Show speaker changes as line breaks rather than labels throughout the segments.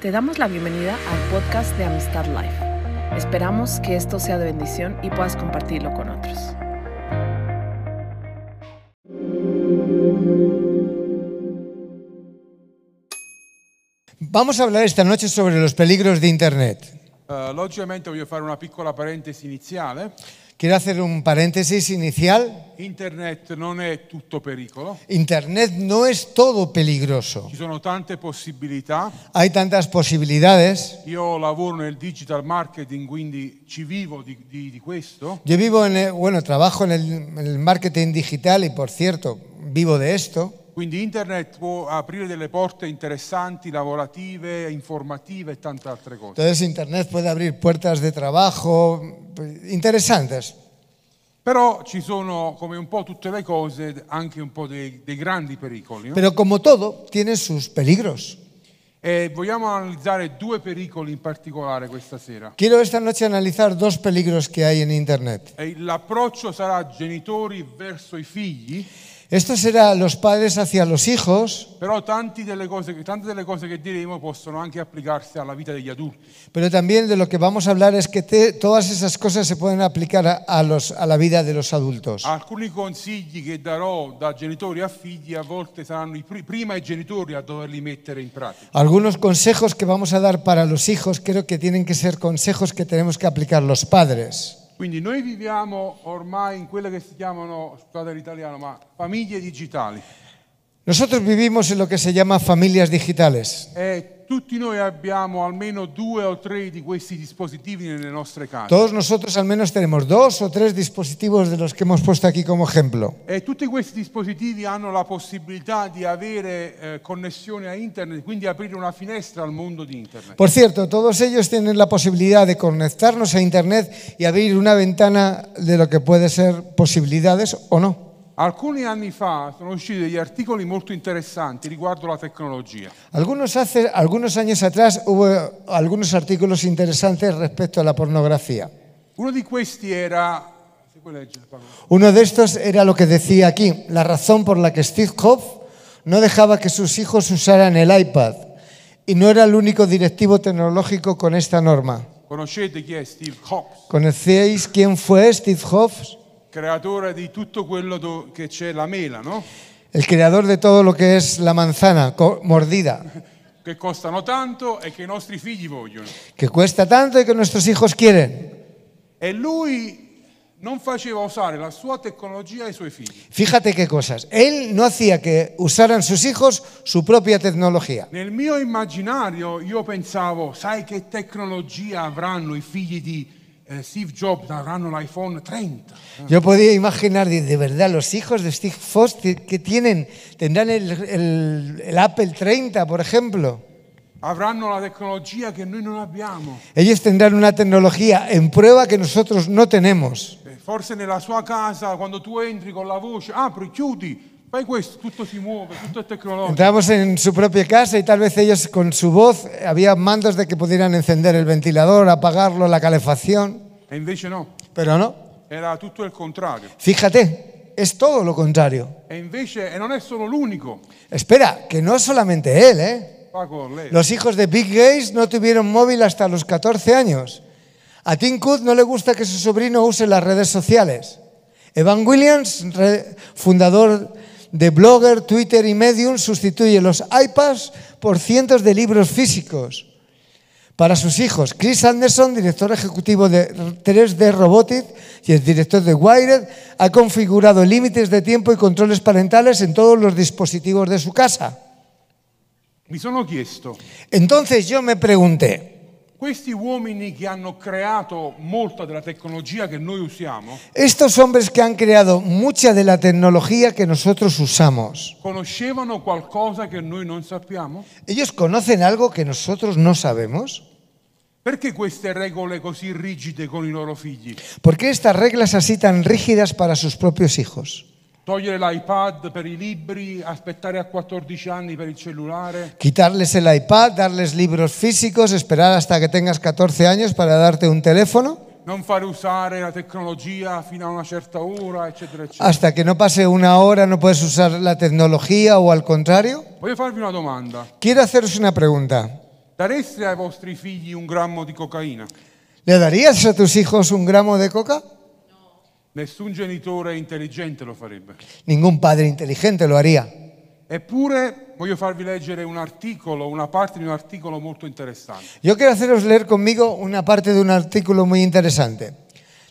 Te damos la bienvenida al podcast de Amistad Life. Esperamos que esto sea de bendición y puedas compartirlo con otros.
Vamos a hablar esta noche sobre los peligros de Internet.
Eh, logicamente voglio fare una piccola parentesi iniziale.
Quiero hacer un paréntesis inicial.
Internet non è tutto pericolo,
Internet no es todo peligroso.
ci sono tante possibilità.
Hay tantas posibilidades.
Io lavoro nel digital marketing, quindi ci vivo di, di- di questo.
Yo vivo en, el- bueno, trabajo en el, en el marketing digital y por cierto, vivo de esto.
Quindi internet può aprire delle porte interessanti, lavorative, informative e tante altre cose.
Entonces Internet puede abrir puertas de trabajo pues, interesantes.
Però ci sono, come un po' tutte le cose, anche un po' dei, dei grandi pericoli. no?
Pero como todo, tiene sus peligros.
E vogliamo analizzare due pericoli in particolare questa sera.
Quiero esta noche analizar dos peligros que hay en Internet.
E l'approccio sarà genitori verso i figli,
Esto será los padres hacia los hijos
però tanti delle cose che- tante delle cose che diremo possono anche applicarsi alla vita degli adulti.
Pero también de lo que vamos a hablar es que te- todas esas cosas se pueden aplicar a, a los, a la vida de los adultos.
Alcuni consigli che darò da genitori a figli a volte saranno i pri- prima i genitori a doverli mettere in pratica.
Algunos consejos que vamos a dar para los hijos creo que tienen que ser consejos que tenemos que aplicar los padres.
Quindi noi viviamo ormai in quelle che si chiamano, scusate l'italiano, ma famiglie digitali.
Nosotros vivimos en lo que se llama familias digitales.
E tutti noi abbiamo almeno due o tre di questi dispositivi nelle nostre case.
Todos nosotros al menos tenemos dos o tres dispositivos de los que hemos puesto aquí como ejemplo.
E tutti questi dispositivi hanno la possibilità di avere eh, connessione a internet, quindi aprire una finestra al mondo di internet.
Por cierto, todos ellos tienen la posibilidad de conectarnos a Internet y abrir una ventana de lo que puede ser posibilidades o no.
Alcuni anni fa sono usciti degli articoli molto interessanti riguardo la tecnologia.
Algunos, hace, algunos años atrás hubo algunos artículos interesantes respecto a la pornografía.
Uno di questi era... se puoi leggere, Paolo?
Uno de estos era lo que decía aquí, la razón por la que Steve Jobs no dejaba que sus hijos usaran el iPad y no era el único directivo tecnológico con esta norma.
Conoscete chi è Steve Jobs,
¿Conocéis quién fue Steve Jobs?
creatore di tutto quello do- che c'è la mela, no?
El creador de todo lo que es la manzana co- mordida,
Che costano tanto e che i nostri figli vogliono.
que cuesta tanto y que nuestros hijos quieren.
E lui non faceva usare la sua tecnologia ai suoi figli.
Fíjate qué cosas. Él no hacía que usaran sus hijos su propia tecnología.
Nel mio immaginario io pensavo, sai che tecnologia avranno i figli di eh, Steve Jobs, avranno l'iPhone 30.
Yo podía imaginar, de, de verdad, los hijos de Steve Foss que tienen, tendrán el, el- el Apple 30, por ejemplo.
Avranno la tecnologia che noi non abbiamo.
Ellos tendrán una tecnología en prueba que nosotros no tenemos.
Eh, Forse nella sua casa, quando tu entri con la voce, apri, chiudi, fai questo, tutto si muove, tutto è tecnologico.
Entramos en su propia casa y tal vez ellos con su voz eh, había mandos de que pudieran encender el ventilador, apagarlo, la calefacción,
E invece no,
pero no.
era tutto il contrario.
Fíjate, es todo lo contrario.
E invece, e non è solo l'unico,
Espera, que no es solamente él, ¿eh?
Paco, lei.
Los hijos de Big Gates no tuvieron móvil hasta los 14 años. A Tim Cook no le gusta que su sobrino use las redes sociales. Evan Williams, re- fundador de Blogger, Twitter y Medium, sustituye los iPads por cientos de libros físicos para sus hijos. Chris Anderson, director ejecutivo de 3D Robotics y el director de Wired, ha configurado límites de tiempo y controles parentales en todos los dispositivos de su casa.
Mi sono chiesto,
Entonces yo me pregunté,
questi uomini che hanno creato molta della tecnologia che noi usiamo,
Estos hombres que han creado mucha de la tecnología que nosotros usamos,
conoscevano qualcosa che noi non sappiamo?
¿ellos conocen algo que nosotros no sabemos?
Perché queste regole così rigide con i loro figli?
¿Por qué estas reglas así tan rígidas para sus propios hijos?
Togliere l'iPad per i libri, aspettare a 14 anni per il cellulare,
Quitarles el iPad, darles libros físicos, esperar hasta que tengas 14 años para darte un teléfono,
non fare usare la tecnologia fino a una certa ora, eccetera, eccetera.
hasta que no pase una hora no puedes usar la tecnología o al contrario.
Voglio farvi una domanda.
Quiero haceros una pregunta.
Dareste ai vostri figli un grammo di cocaina?
¿Le darías a tus hijos un gramo de coca?
Nessun genitore intelligente lo farebbe.
Ningún padre inteligente lo haría.
Eppure voglio farvi leggere un articolo, una parte di un articolo molto interessante.
Yo quiero haceros leer conmigo una parte de un artículo muy interesante.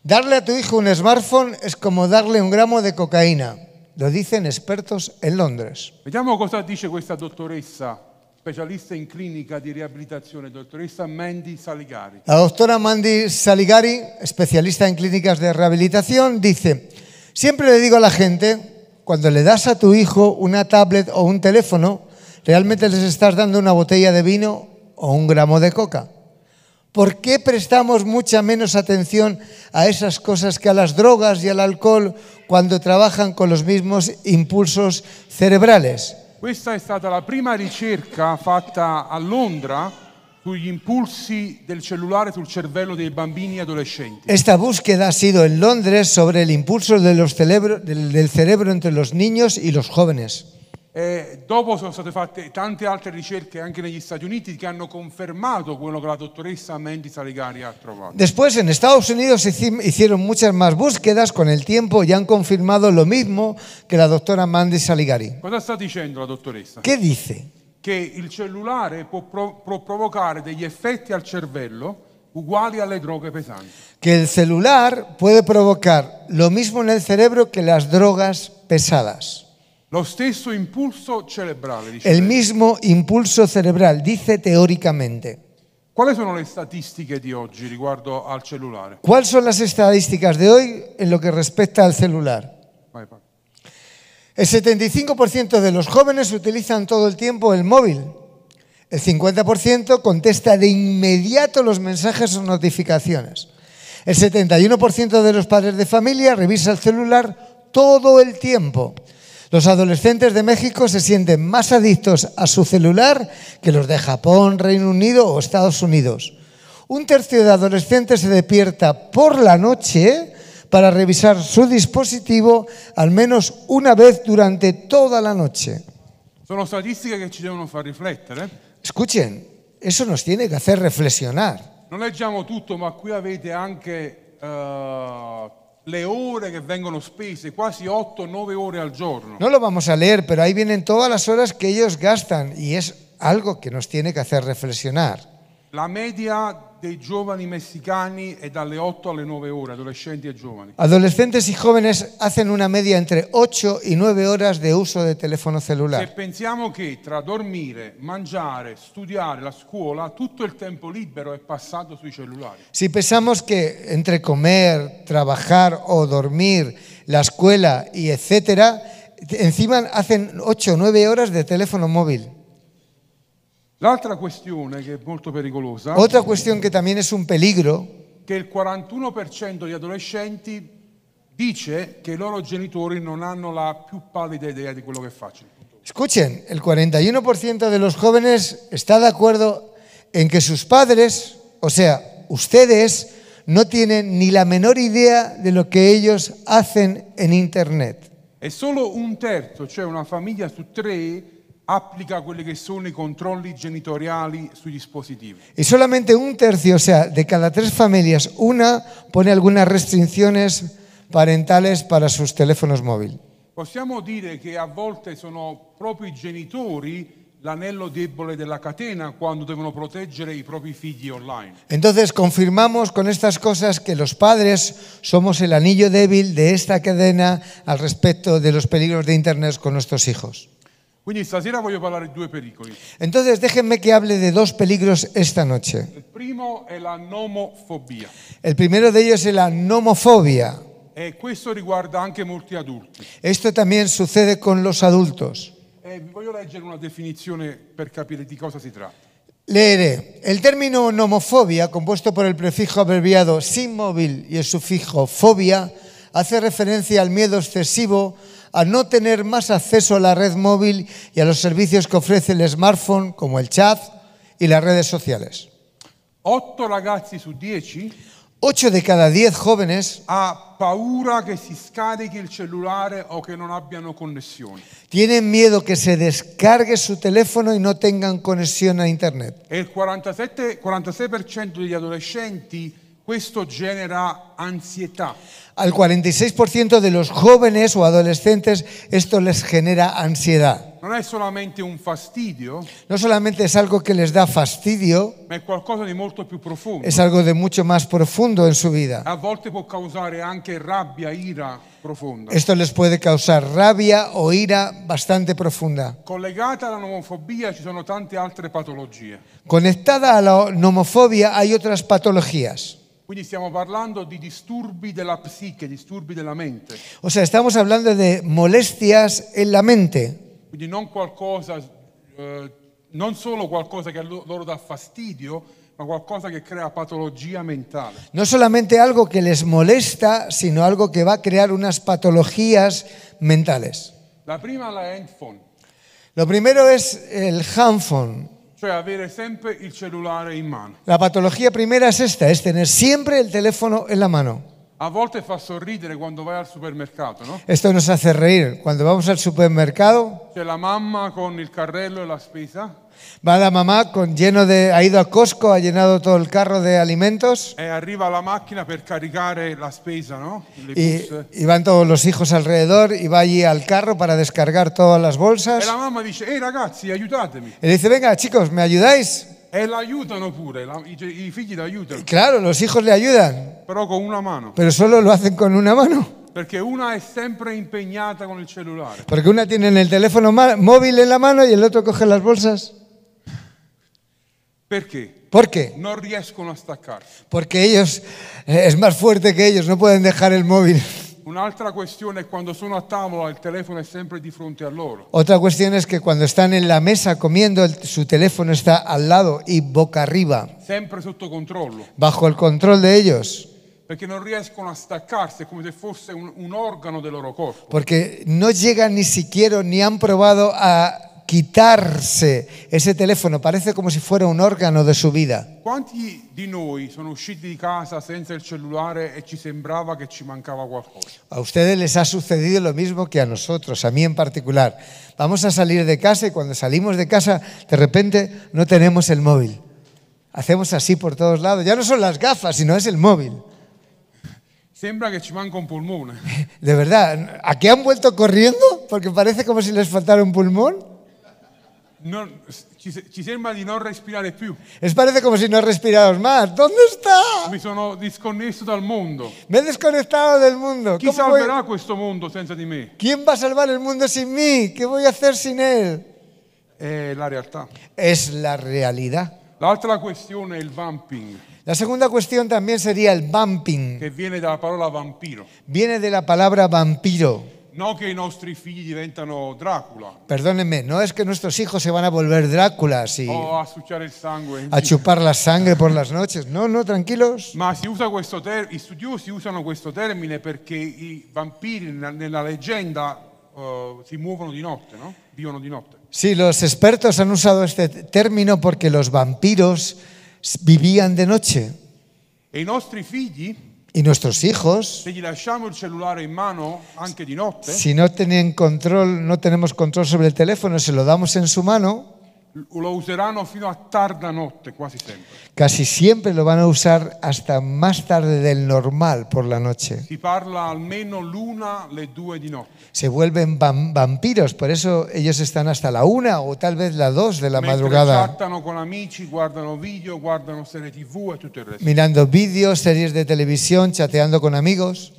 Darle a tu hijo un smartphone es como darle un gramo de cocaína. Lo dicen expertos en Londres.
Vediamo cosa dice questa dottoressa, specialista in clinica di riabilitazione, dottoressa Mandy Saligari.
La doctora Mandy Saligari, especialista en clínicas de rehabilitación, dice, siempre le digo a la gente, cuando le das a tu hijo una tablet o un teléfono, realmente les estás dando una botella de vino o un gramo de coca. ¿Por qué prestamos mucha menos atención a esas cosas que a las drogas y al alcohol cuando trabajan con los mismos impulsos cerebrales?
Questa è stata la prima ricerca fatta a Londra sugli impulsi del cellulare sul cervello dei bambini e adolescenti.
Esta búsqueda ha sido en Londres sobre el impulso de los celebro- del, del cerebro entre los niños y los jóvenes.
E dopo sono state fatte tante altre ricerche anche negli Stati Uniti che hanno confermato quello che la dottoressa Mandy Saligari ha trovato.
Después en Estados Unidos hici- hicieron muchas más búsquedas con el tiempo y han confirmado lo mismo que la doctora Mandy Saligari.
Cosa sta dicendo la dottoressa?
¿Qué dice?
Che il cellulare può, pro- può provocare degli effetti al cervello uguali alle droghe pesanti.
Que el celular puede provocar lo mismo en el cerebro que las drogas pesadas.
Lo stesso impulso cerebrale. dice
El
lei.
mismo impulso cerebral, dice teóricamente.
Quali sono le statistiche di oggi riguardo al cellulare?
¿Cuáles son las estadísticas de hoy en lo que respecta al celular?
Vai, parla.
El 75% de los jóvenes utilizan todo el tiempo el móvil. El 50% contesta de inmediato los mensajes o notificaciones. El 71% de los padres de familia revisa el celular todo el tiempo. Los adolescentes de México se sienten más adictos a su celular que los de Japón, Reino Unido o Estados Unidos. Un tercio de adolescentes se despierta por la noche para revisar su dispositivo al menos una vez durante toda la noche.
Sono statistiche che ci devono far riflettere.
Escuchen, eso nos tiene que hacer reflexionar.
Non leggiamo tutto, ma qui avete anche eh, le ore che vengono spese, quasi 8-9 ore al giorno.
No lo vamos a leer, pero ahí vienen todas las horas que ellos gastan y es algo que nos tiene que hacer reflexionar.
La media dei giovani messicani è dalle 8 alle 9 ore, adolescenti e giovani.
Adolescentes y jóvenes hacen una media entre 8 y 9 horas de uso de teléfono
Se
celular.
pensiamo che tra dormire, mangiare, studiare, la scuola, tutto il tempo libero è passato sui cellulari.
Si pensamos que entre comer, trabajar o dormir, la escuela y etcétera, encima hacen 8 o 9 horas de teléfono móvil.
L'altra questione che è molto pericolosa
Otra cuestión que también es un peligro
che il 41% degli adolescenti dice che i loro genitori non hanno la più pallida idea di quello che facciano.
Escuchen, el 41% de los jóvenes está de acuerdo en que sus padres, o sea, ustedes, no tienen ni la menor idea de lo que ellos hacen en Internet.
E solo un terzo, cioè una famiglia su tre, applica quelli che sono i controlli genitoriali sui dispositivi.
Y solamente un tercio, o sea, de cada tres familias, una pone algunas restricciones parentales para sus teléfonos móviles.
Possiamo dire che a volte sono proprio i genitori l'anello debole della catena quando devono proteggere i propri figli online.
Entonces confirmamos con estas cosas que los padres somos el anillo débil de esta cadena al respecto de los peligros de Internet con nuestros hijos.
Quindi stasera voglio parlare di due pericoli.
Entonces déjenme que hable de dos peligros esta noche.
Il primo è la nomofobia.
El primero de ellos es la nomofobia.
E questo riguarda anche molti adulti.
Esto también sucede con los adultos.
Eh, vi voglio leggere una definizione per capire di cosa si tratta.
Leeré. El término nomofobia, compuesto por el prefijo abreviado sin móvil y el sufijo fobia, hace referencia al miedo excesivo a no tener más acceso a la red móvil y a los servicios que ofrece el smartphone, como el chat y las redes sociales.
Otto ragazzi su dieci
Ocho de cada diez jóvenes
ha paura che si scarichi il cellulare o che non abbiano connessioni.
tienen miedo que se descargue su teléfono y no tengan conexión a Internet.
E il 47 46% degli adolescenti questo genera ansietà.
Al 46% de los jóvenes o adolescentes esto les genera ansiedad.
Non è solamente un fastidio,
No solamente es algo que les da fastidio,
ma è qualcosa di molto più profondo.
es algo de mucho más profundo en su vida.
A volte può causare anche rabbia, ira profonda.
Esto les puede causar rabia o ira bastante profunda.
Collegata alla nomofobia ci sono tante altre patologie.
Conectada a la nomofobia hay otras patologías.
Quindi stiamo parlando di disturbi della psiche, disturbi della mente.
O sea, estamos hablando de molestias en la mente.
Quindi non qualcosa, eh, non solo qualcosa che a lo- loro dà fastidio, ma qualcosa che crea patologia mentale.
No solamente algo que les molesta, sino algo que va a crear unas patologías mentales.
La prima è la handphone,
Lo primero es el handphone.
cioè avere sempre il cellulare in mano.
La patología primera es esta, es tener siempre el teléfono en la mano.
A volte fa sorridere quando vai al supermercato, no?
Esto nos hace reír. Cuando vamos al supermercado,
C'è la mamma con il carrello e la spesa
va la mamá con lleno de ha ido a Costco, ha llenado todo el carro de alimentos
e arriva la macchina per caricare la spesa, no? Le
y,
buste.
y van todos los hijos alrededor y va allí al carro para descargar todas las
E
bolsas.
la mamma dice, ehi ragazzi, aiutatemi.
Y le dice, venga chicos, ¿me ayudáis?
E l'aiutano pure, la- i, i figli l'aiutano,
Claro, los hijos le ayudan,
però con una mano.
pero solo lo hacen con una mano.
Perché una è sempre impegnata con il cellulare.
Porque una tiene el teléfono ma- móvil en la mano y el otro coge las bolsas.
Perché?
¿Por qué?
Non riescono a staccarsi.
Porque ellos, eh, es más fuerte que ellos, no pueden dejar el móvil.
Un'altra questione è quando sono a tavola il telefono è sempre di fronte a loro.
Otra cuestión es que cuando están en la mesa comiendo, el- su teléfono está al lado y boca arriba,
Sempre sotto controllo,
bajo el control de ellos,
perché non riescono a staccarsi, è come se fosse un, un organo del loro corpo.
porque no llegan ni siquiera ni han probado a quitarse ese teléfono. Parece como si fuera un órgano de su vida.
Quanti di noi sono usciti di casa senza il cellulare e ci sembrava che ci mancava qualcosa?
A ustedes les ha sucedido lo mismo que a nosotros, a mí en particular. Vamos a salir de casa y cuando salimos de casa, de repente no tenemos el móvil. Hacemos así por todos lados. Ya no son las gafas, sino es el móvil.
Sembra che ci manca un polmone.
De verdad, ¿a qué han vuelto corriendo? Porque parece como si les faltara un pulmón.
Non- ci, se- ci sembra di non respirare più.
Les parece como si no respirados más. ¿Dónde está?
Mi sono disconnesso dal mondo.
Me he desconectado del mundo.
Chi
¿Cómo voy-
salverà questo mondo senza di me?
¿Quién va a salvar el mundo sin mí? ¿Qué voy a hacer sin él?
È la realtà.
Es la realidà.
L'altra questione è il vamping,
La segunda cuestión también sería el vamping.
che viene dalla parola vampiro.
Viene de la palabra vampiro.
Non che i nostri figli diventano Dracula
Perdónenme, no es que nuestros hijos se van a volver Dráculas y
o a succhiare il sangue,
a chupar la sangre por las noches. No, no, tranquilos.
ma si usa questo ter- i studiosi usano questo termine perché i vampiri nella, nella leggenda eh, si muovono di notte, no? Vivono di notte.
Sí, los expertos han usado este término porque los vampiros s- vivían de noche
E i nostri figli,
y nuestros hijos,
se gli lasciamo il cellulare in mano anche di notte,
si no tienen control, no tenemos control sobre el teléfono, se lo damos en su mano,
lo useranno fino a tarda notte, quasi sempre.
casi siempre lo van a usar hasta más tarde del normal por la noche.
Si parla almeno l'una, le due di notte.
Se vuelven vam- vampiros, por eso ellos están hasta la una o tal vez la dos de la
Mentre
madrugada
chattano con amici, guardano video, guardano serie tv e tutto il resto.
mirando vídeos, series de televisión, chateando con amigos.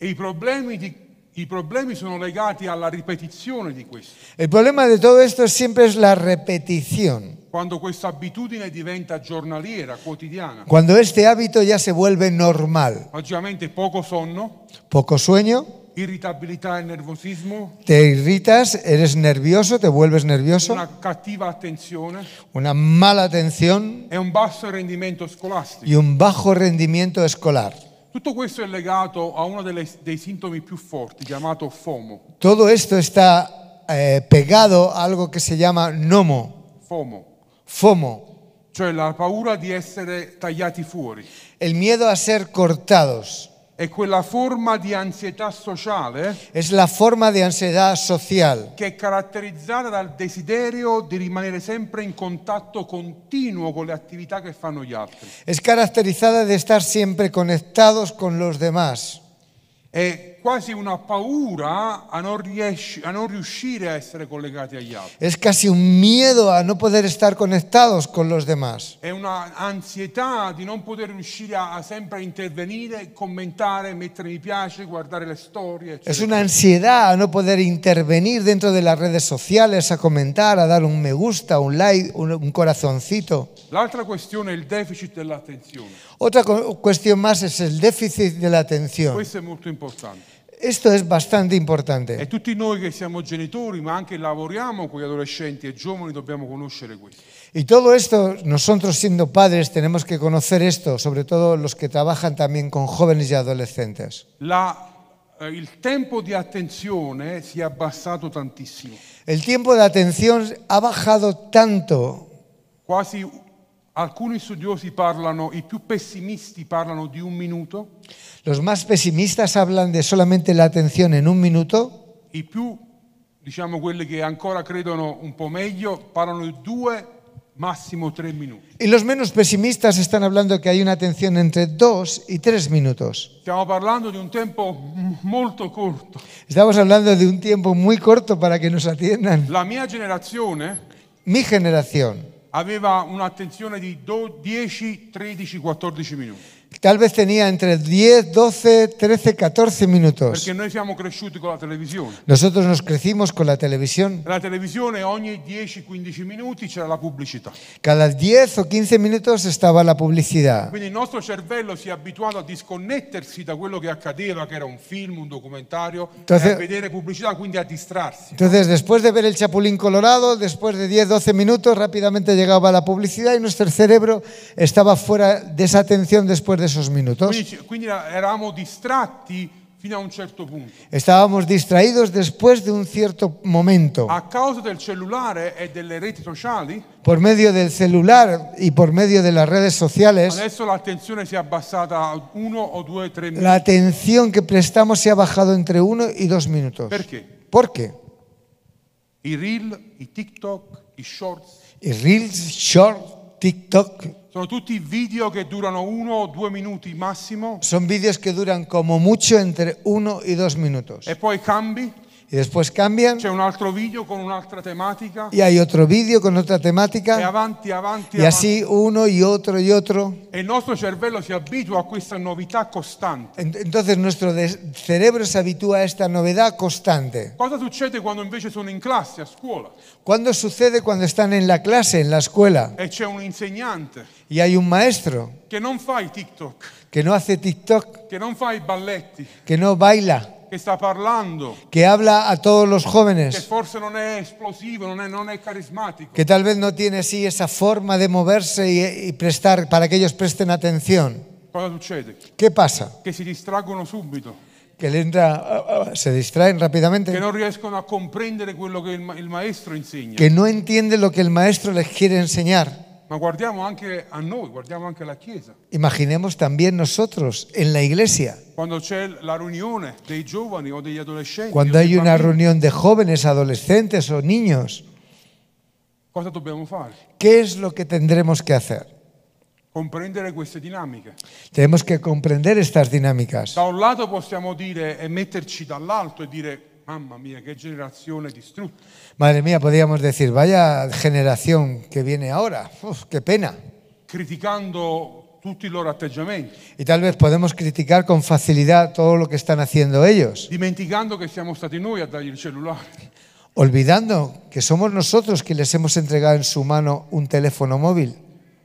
E i problemi, di- i problemi sono legati alla ripetizione di questo.
El problema de todo esto siempre es la repetición.
Quando questa abitudine diventa giornaliera, quotidiana,
Cuando este hábito ya se vuelve normal,
logicamente poco sonno,
poco sueño,
irritabilità e nervosismo,
te irritas, eres nervioso, te vuelves nervioso,
una cattiva attenzione
una mala atención
e un basso rendimento scolastico.
y un bajo rendimiento escolar.
Tutto questo è legato a uno delle- dei sintomi più forti, chiamato FOMO.
Todo esto está eh, pegado a algo que se llama NOMO,
FOMO.
FOMO,
cioè la paura di essere tagliati fuori.
el miedo a ser cortados.
È quella forma di ansietà sociale
Es la forma de ansiedad social
che è caratterizzata dal desiderio di rimanere sempre in contatto continuo con le attività che fanno gli altri.
es caracterizada de estar siempre conectados con los demás.
È quasi una paura a non, riesci- a non riuscire a essere collegati agli altri.
Es casi un miedo a no poder estar conectados con los demás.
È un'ansietà di non poter riuscire a, a sempre intervenire, commentare, mettere mi piace, guardare le storie.
Es
eccetera.
una ansiedad a no poder intervenir dentro de las redes sociales, a comentar, a dar un me gusta, un like, un, un corazoncito.
L'altra questione è il deficit dell'attenzione.
Otra cu- cuestión más es el déficit de la atención.
Questo è molto importante.
Esto es bastante
E
importante.
tutti noi che siamo genitori, ma anche lavoriamo con gli adolescenti e giovani, dobbiamo conoscere questo.
Y todo esto, nosotros siendo padres tenemos que conocer esto, sobre todo los que trabajan también con jóvenes y adolescentes.
La- eh, il tempo di attenzione si è abbassato tantissimo,
El tiempo de atención ha bajado tanto,
quasi alcuni studiosi parlano, i più pessimisti parlano di un minuto,
los más pesimistas hablan de solamente la atención en un minuto,
i più, diciamo quelli che ancora credono un po' meglio, parlano di due, massimo tre minuti.
y los menos pesimistas están hablando que hay una atención entre dos y tres minutos.
Stiamo parlando di un tempo m- molto corto.
Estamos hablando de un tiempo muy corto para que nos atiendan.
La mia generazione
Mi generación
aveva un'attenzione di do- 10, 13, 14 minuti.
tal vez tenía entre 10, 12, 13, 14 minutos.
Perché noi siamo cresciuti con la televisione.
Nosotros nos crecimos con la televisión.
La televisione ogni 10-15 minuti c'era la pubblicità.
Cada 10 o 15 minutos estaba la publicidad.
Quindi il nostro cervello si è abituato a disconnettersi da quello che accadeva, che era un film, un documentario,
Tu
e
sei-
a vedere pubblicità, quindi a distrarsi.
Entonces, después de ver el Chapulín Colorado, después de 10, 12 minutos, rápidamente llegaba la publicidad y nuestro cerebro estaba fuera de esa atención después de esos minutos.
Quindi, ci- quindi era- eravamo distratti fino a un certo punto.
Estábamos distraídos después de un cierto momento.
A causa del cellulare e delle reti sociali,
Por medio del celular y por medio de las redes sociales,
adesso l'attenzione si è abbassata a 1 o 2, 3 minuti.
la atención que prestamos se ha bajado entre 1 y 2 minutos.
Perché?
¿Por qué?
I reel, i TikTok, i shorts,
Y Reels, Short, TikTok,
sono tutti video che durano uno o due minuti massimo
son vídeos que duran como mucho entre 1 y 2 minutos.
e poi cambi,
Y después cambian
c'è un altro video con un'altra tematica
y hay otro vídeo con otra
e
temática
avanti, avanti,
y
avanti.
así uno y otro y otro.
E il nostro cervello si abitua a questa novità costante.
En- Entonces nuestro des- cerebro se habitúa a esta novedad constante.
Cosa succede quando invece sono in classe, a scuola,
¿Cuándo sucede cuando están en la clase, en la escuela,
e c'è un insegnante
y hay un maestro
che non fa i TikTok,
que no hace TikTok,
che non fa i balletti,
que no baila,
che sta parlando,
que habla a todos los
che
jóvenes,
forse non è esplosivo, non è, non è carismatico?
que tal vez no tiene así esa forma de moverse y- y prestar para que ellos presten atención?
Cosa succede?
¿Qué pasa?
Che si distraggono subito.
que le entra, ah, ah, se distraen rápidamente,
che non riescono a comprendere quello che il, ma- il maestro insegna.
que no entiende lo que el maestro les quiere enseñar.
Ma guardiamo anche a noi, guardiamo anche alla Chiesa.
Imaginemos también nosotros en la iglesia,
Quando c'è la riunione dei giovani o degli adolescenti, o
cuando
dei
hay una
bambini,
reunión de jóvenes, adolescentes o niños,
cosa dobbiamo fare?
¿qué es lo que tendremos que hacer?
Comprendere queste dinamiche.
Tenemos que comprender estas dinámicas.
Da un lato possiamo dire e metterci dall'alto e dire mamma mia che generazione distrutta,
Madre mía, podríamos decir, vaya generación que viene ahora, Uf, qué pena.
criticando tutti i loro atteggiamenti,
Y tal vez podemos criticar con facilidad todo lo que están haciendo ellos,
dimenticando che siamo stati noi a dargli il cellulare.
olvidando que somos nosotros quienes les hemos entregado en su mano un teléfono móvil.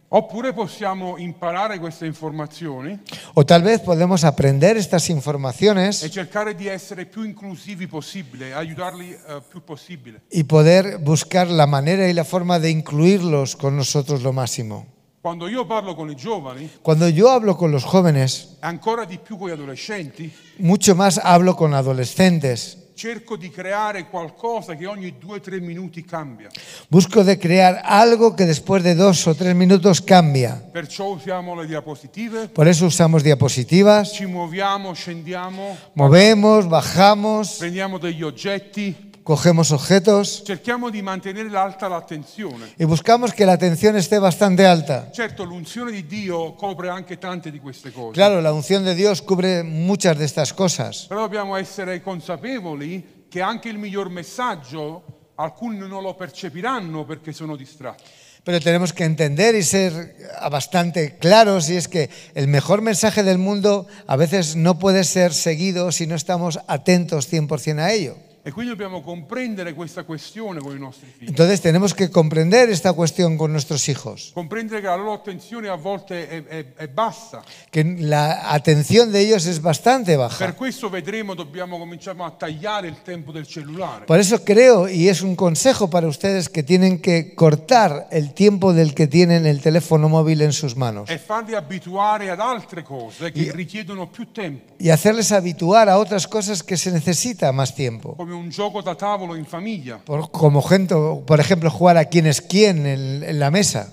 Oppure possiamo imparare queste informazioni
O tal vez podemos aprender estas
e
informaciones
cercare di essere più inclusivi possibile, aiutarli eh, più possibile.
y poder buscar la manera y la forma de incluirlos con nosotros lo máximo.
Quando io parlo con i giovani,
Cuando yo hablo con los jóvenes,
ancora di più con gli adolescenti,
mucho más hablo con adolescentes.
cerco di creare qualcosa che ogni due o tre minuti cambia.
Busco de crear algo que después de dos o tres minutos cambia.
Perciò usiamo le diapositive,
Por eso usamos diapositivas,
ci muoviamo, scendiamo,
movemos, bajamos,
prendiamo degli oggetti,
cogemos objetos
cerchiamo di mantenere alta l'attenzione.
y buscamos que la atención esté bastante alta.
Certo, l'unzione di Dio copre anche tante di queste cose.
Claro, la unción de Dios cubre muchas de estas cosas,
Però dobbiamo essere consapevoli che anche il miglior messaggio alcuni non lo percepiranno perché sono distratti.
pero tenemos que entender y ser bastante claros y es que el mejor mensaje del mundo a veces no puede ser seguido si no estamos atentos 100% a ello.
E quindi dobbiamo comprendere questa questione con i nostri figli.
Entonces tenemos que comprender esta cuestión con nuestros hijos,
Comprendere che la loro attenzione a volte è, è- è bassa.
que la atención de ellos es bastante
Per
baja.
questo vedremo, dobbiamo cominciare a tagliare il tempo del cellulare.
Por eso creo, y es un consejo para ustedes, que tienen que cortar el tiempo del que tienen el teléfono móvil en sus manos
E farli abituare ad altre cose che richiedono più tempo,
y hacerles habituar a otras cosas que se necesita más tiempo.
come un gioco da tavolo in famiglia,
Por- como gente, por ejemplo, jugar a quién es quién en, en la mesa,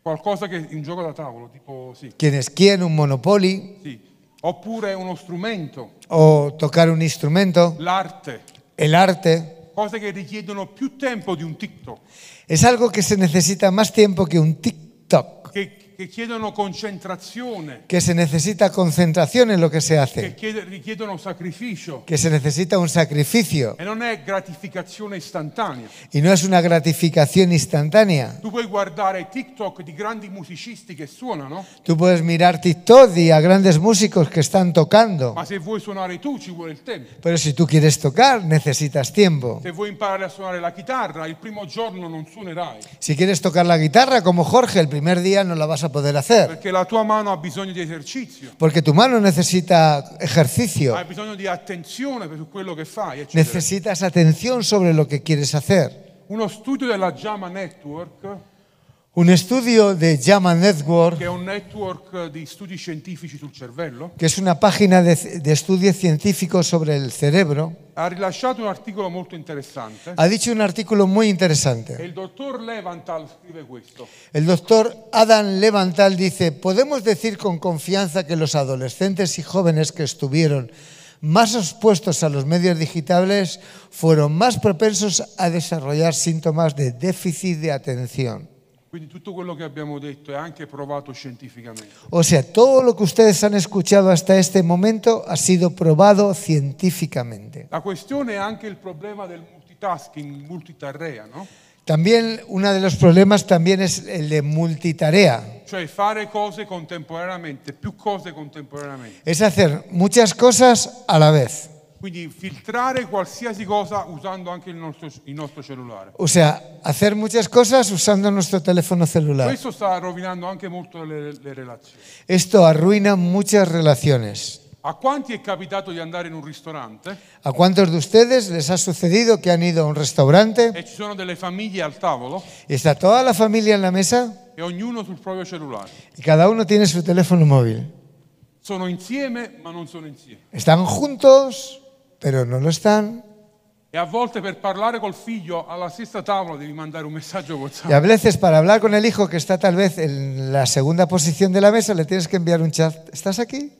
qualcosa che un gioco da tavolo, tipo sì,
quién es quién, un monopoly,
sì. Oppure uno strumento,
o tocar un instrumento,
l'arte,
el arte.
cose che richiedono più tempo di un TikTok,
Es algo que se necesita más tiempo que un TikTok,
che, che chiedono concentrazione,
que se necesita concentración en lo que se
che
hace,
chiede- richiedono sacrificio
que se necesita un sacrificio
e non è gratificazione istantanea.
y no es una gratificación instantánea.
Tu puoi guardare TikTok di grandi musicisti che suonano,
Tú puedes mirar TikTok y a grandes músicos que están tocando,
ma se vuoi suonare tu ci vuole il tempo.
pero si tú quieres tocar necesitas tiempo.
Se vuoi imparare a suonare la chitarra, il primo giorno non suonerai,
Si quieres tocar la guitarra como Jorge, el primer día no la vas a poder hacer,
perché la tua mano ha bisogno di esercizio,
porque tu mano necesita ejercicio,
ha bisogno di attenzione per quello che fai, eccetera.
necesitas atención sobre lo que quieres hacer.
Uno studio della Jama Network,
Un estudio de Llama Network,
che è un network di studi scientifici sul cervello,
que es una página de, de estudio científico sobre el cerebro,
ha rilasciato un articolo molto interessante
ha dicho un artículo muy
e
interesante.
il dottor Levantal scrive questo.
El doctor Adam Levantal dice, podemos decir con confianza que los adolescentes y jóvenes que estuvieron más expuestos a los medios digitales fueron más propensos a desarrollar síntomas de déficit de atención.
Quindi tutto quello che abbiamo detto è anche provato scientificamente.
O sea, todo lo que ustedes han escuchado hasta este momento ha sido probado científicamente.
La questione è anche il problema del multitasking, multitarrea, no?
También uno de los problemas también es el de multitarea,
Cioè fare cose contemporaneamente, più cose contemporaneamente.
es hacer muchas cosas a la vez.
Quindi filtrare qualsiasi cosa usando anche il nostro, il nostro cellulare.
O sea, hacer muchas cosas usando nuestro teléfono celular.
Questo sta rovinando anche molto le, le relazioni.
Esto arruina muchas relaciones.
A quanti è capitato di andare in un ristorante
¿A cuántos de ustedes les ha sucedido que han ido a un restaurante
e ci sono delle famiglie al tavolo
y está toda la familia en la mesa
e ognuno sul proprio cellulare?
y cada uno tiene su teléfono móvil?
Sono insieme ma non sono insieme.
Están juntos, pero no lo están.
E a volte per parlare col figlio alla stessa tavola devi mandare un messaggio WhatsApp.
Y a veces para hablar con el hijo que está tal vez en la segunda posición de la mesa le tienes que enviar un chat. ¿Estás aquí?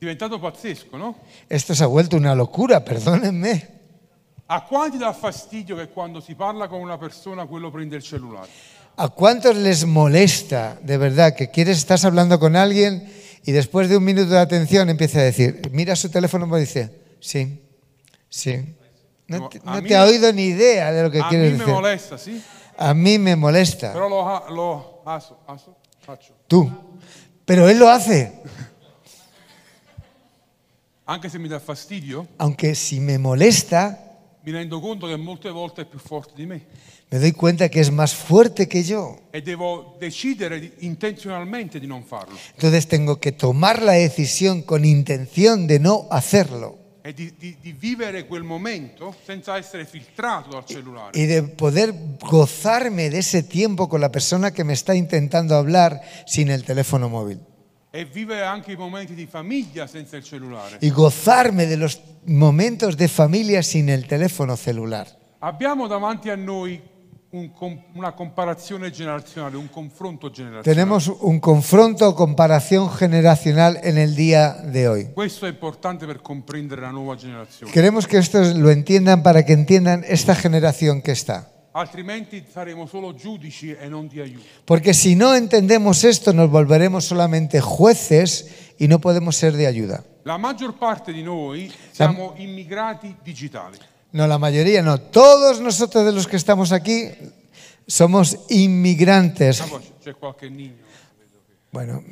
È diventato pazzesco, no?
Esto se ha vuelto una locura, perdónenme.
A quanti dà fastidio che quando si parla con una persona quello prende il cellulare?
¿A cuántos les molesta de verdad que quieres, estás hablando con alguien y después de un minuto de atención empieza a decir, mira su teléfono y dice, sí, sí. No te,
A
no
mí
te ha
me-
oído ni idea de lo que
a me
quieres decir.
molesta, sì,
A mí me molesta.
però lo, ha- lo aso, aso, faccio.
Tú. Pero él lo hace.
Anche se mi dà fastidio,
Aunque si me molesta,
mi rendo conto che molte volte è più forte di me
me doy cuenta que es más fuerte que yo.
e devo decidere di- intenzionalmente di non farlo
Entonces tengo que tomar la decisión con intención de no hacerlo
e di, di- di vivere quel momento senza essere filtrato dal cellulare.
y de poder gozarme de ese tiempo con la persona que me está intentando hablar sin el teléfono móvil.
e vivere anche i momenti di famiglia senza il cellulare.
y gozarme de los momentos de familia sin el teléfono celular.
Abbiamo davanti a noi un com- una comparazione generazionale, un confronto generazionale.
Tenemos un confronto o comparación generacional en el día de hoy.
Questo è importante per comprendere la nuova generazione,
Queremos que estos lo entiendan para que entiendan esta generación que está.
altrimenti saremo solo giudici e non di aiuto.
Porque si no entendemos esto nos volveremos solamente jueces y no podemos ser de ayuda.
La maggior parte di noi siamo immigrati digitali.
No, la mayoría no. Todos nosotros de los que estamos aquí somos inmigrantes.
Ah, poi c- c'è qualche nigno.
Bueno,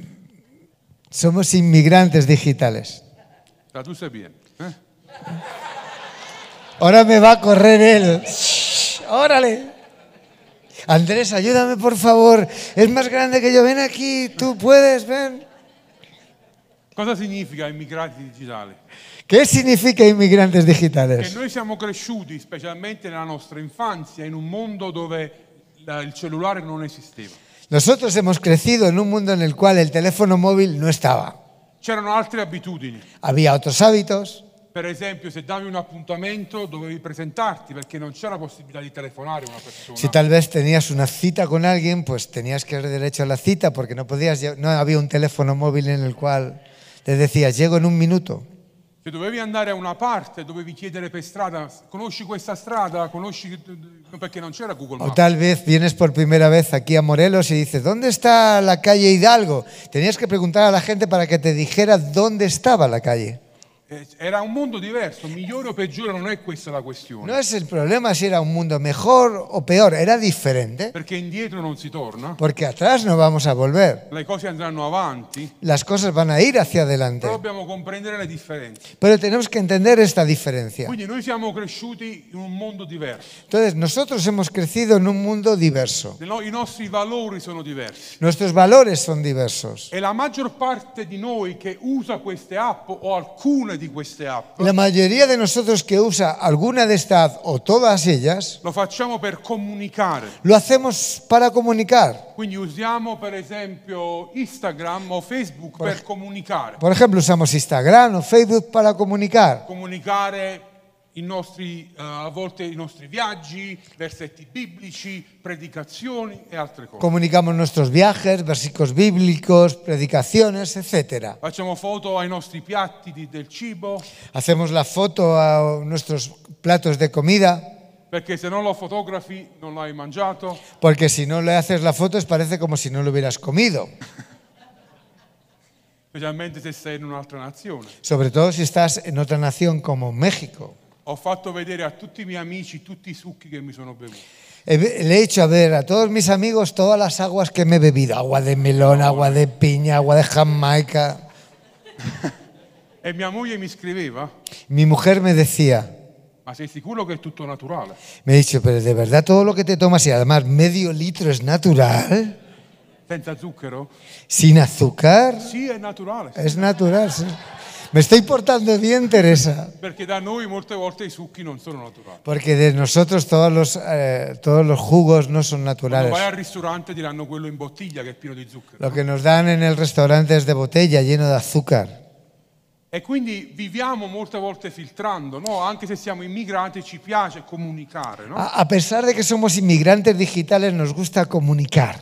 somos inmigrantes digitales.
La tu sei pieno. eh?
Ahora me va a correr él. Shh, ¡Órale! Andrés, ayúdame por favor. Es más grande que yo. Ven aquí, tú puedes, ven.
Cosa significa immigrati digitali?
¿Qué significa inmigrantes
Che
digitales?
noi siamo cresciuti, specialmente nella nostra infanzia, in un mondo dove la- il cellulare non esisteva.
Nosotros hemos crecido en un mundo en el cual el teléfono móvil no estaba.
C'erano altre abitudini.
Había otros hábitos.
Per esempio, se davi un appuntamento dovevi presentarti perché non c'era possibilità di telefonare una persona.
Si tal vez tenías una cita con alguien, pues tenías que haber derecho a la cita porque no podías, lle- no había un teléfono móvil en el cual te decías, llego en un minuto.
Se dovevi andare a una parte, dovevi chiedere per strada, conosci questa strada, conosci... perché non c'era Google
O
Maps.
tal vez vienes por primera vez aquí a Morelos y dices, ¿dónde está la calle Hidalgo? Tenías que preguntar a la gente para que te dijera dónde estaba la calle.
Eh, Era un mondo diverso, migliore o peggiore non è questa la questione.
No es el problema si era un mundo mejor o peor, era diferente,
Perché indietro non si torna,
porque atrás no vamos a volver.
le cose andranno avanti,
Las cosas van a ir hacia adelante.
però dobbiamo comprendere le differenze.
Pero tenemos que entender esta diferencia.
Quindi noi siamo cresciuti in un mondo diverso,
Entonces, nosotros hemos crecido en un mundo diverso.
Le no- i nostri valori sono diversi.
Nuestros valores son diversos.
E la maggior parte di noi che usa queste app o alcune di queste app
La mayoría de nosotros que usa alguna de estas o todas ellas,
lo facciamo per comunicare.
lo hacemos para comunicar.
Quindi usiamo per esempio Instagram o Facebook per comunicare,
Por ejemplo, usamos Instagram o Facebook para comunicar,
comunicare i nostri, eh, a volte i nostri viaggi, versetti biblici, predicazioni e altre cose.
comunicamos nuestros viajes, versículos bíblicos, predicaciones, etc.
Facciamo foto ai nostri piatti di- del cibo,
Hacemos la foto a nuestros platos de comida,
perché se non lo fotografi non l'hai mangiato.
porque si no le haces la foto es parece como si no lo hubieras comido,
specialmente se sei in un'altra nazione.
sobre todo si estás en otra nación como México.
Ho fatto vedere a tutti i miei amici tutti i succhi che mi sono bevuti.
He- Eh, Le he hecho a ver a todos mis amigos todas las aguas que me he bebido, agua de melón, agua de piña, agua de Jamaica.
E mia moglie mi scriveva,
Mi mujer me decía,
ma sei sicuro che è tutto naturale?
Me he dicho, pero de verdad todo lo que te tomas y además medio litro es natural,
Senza zucchero?
sin azúcar,
Sì, è naturale.
es natural. sí. Me estoy portando bien, Teresa,
Perché da noi molte volte i succhi non sono naturali.
porque de nosotros todos los, eh, todos los jugos no son
Quando
naturales.
vai al ristorante diranno quello in bottiglia che è pieno di zucchero.
Lo que nos dan en el restaurante es de botella, lleno de azúcar.
E quindi viviamo molte volte filtrando, no? Anche se siamo immigrati ci piace comunicare, no?
A, a pesar de que somos inmigrantes digitales, nos gusta comunicar.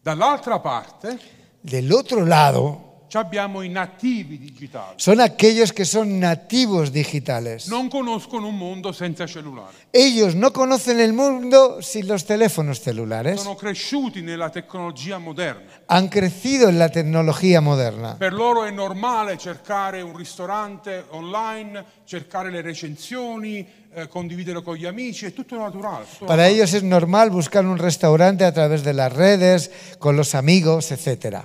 Dall'altra parte
Del otro lado,
ci abbiamo i nativi digitali.
son aquellos que son nativos digitales.
Non conoscono un mondo senza cellulare.
Ellos no conocen el mundo sin los teléfonos celulares.
sono cresciuti nella tecnologia moderna.
han crecido en la tecnología moderna.
Per loro è normale cercare un ristorante online, cercare le recensioni, eh, condividere con gli amici, è tutto naturale. tutto
Para
naturale.
ellos es normal buscar un restaurante a través de las redes, con los amigos, etc.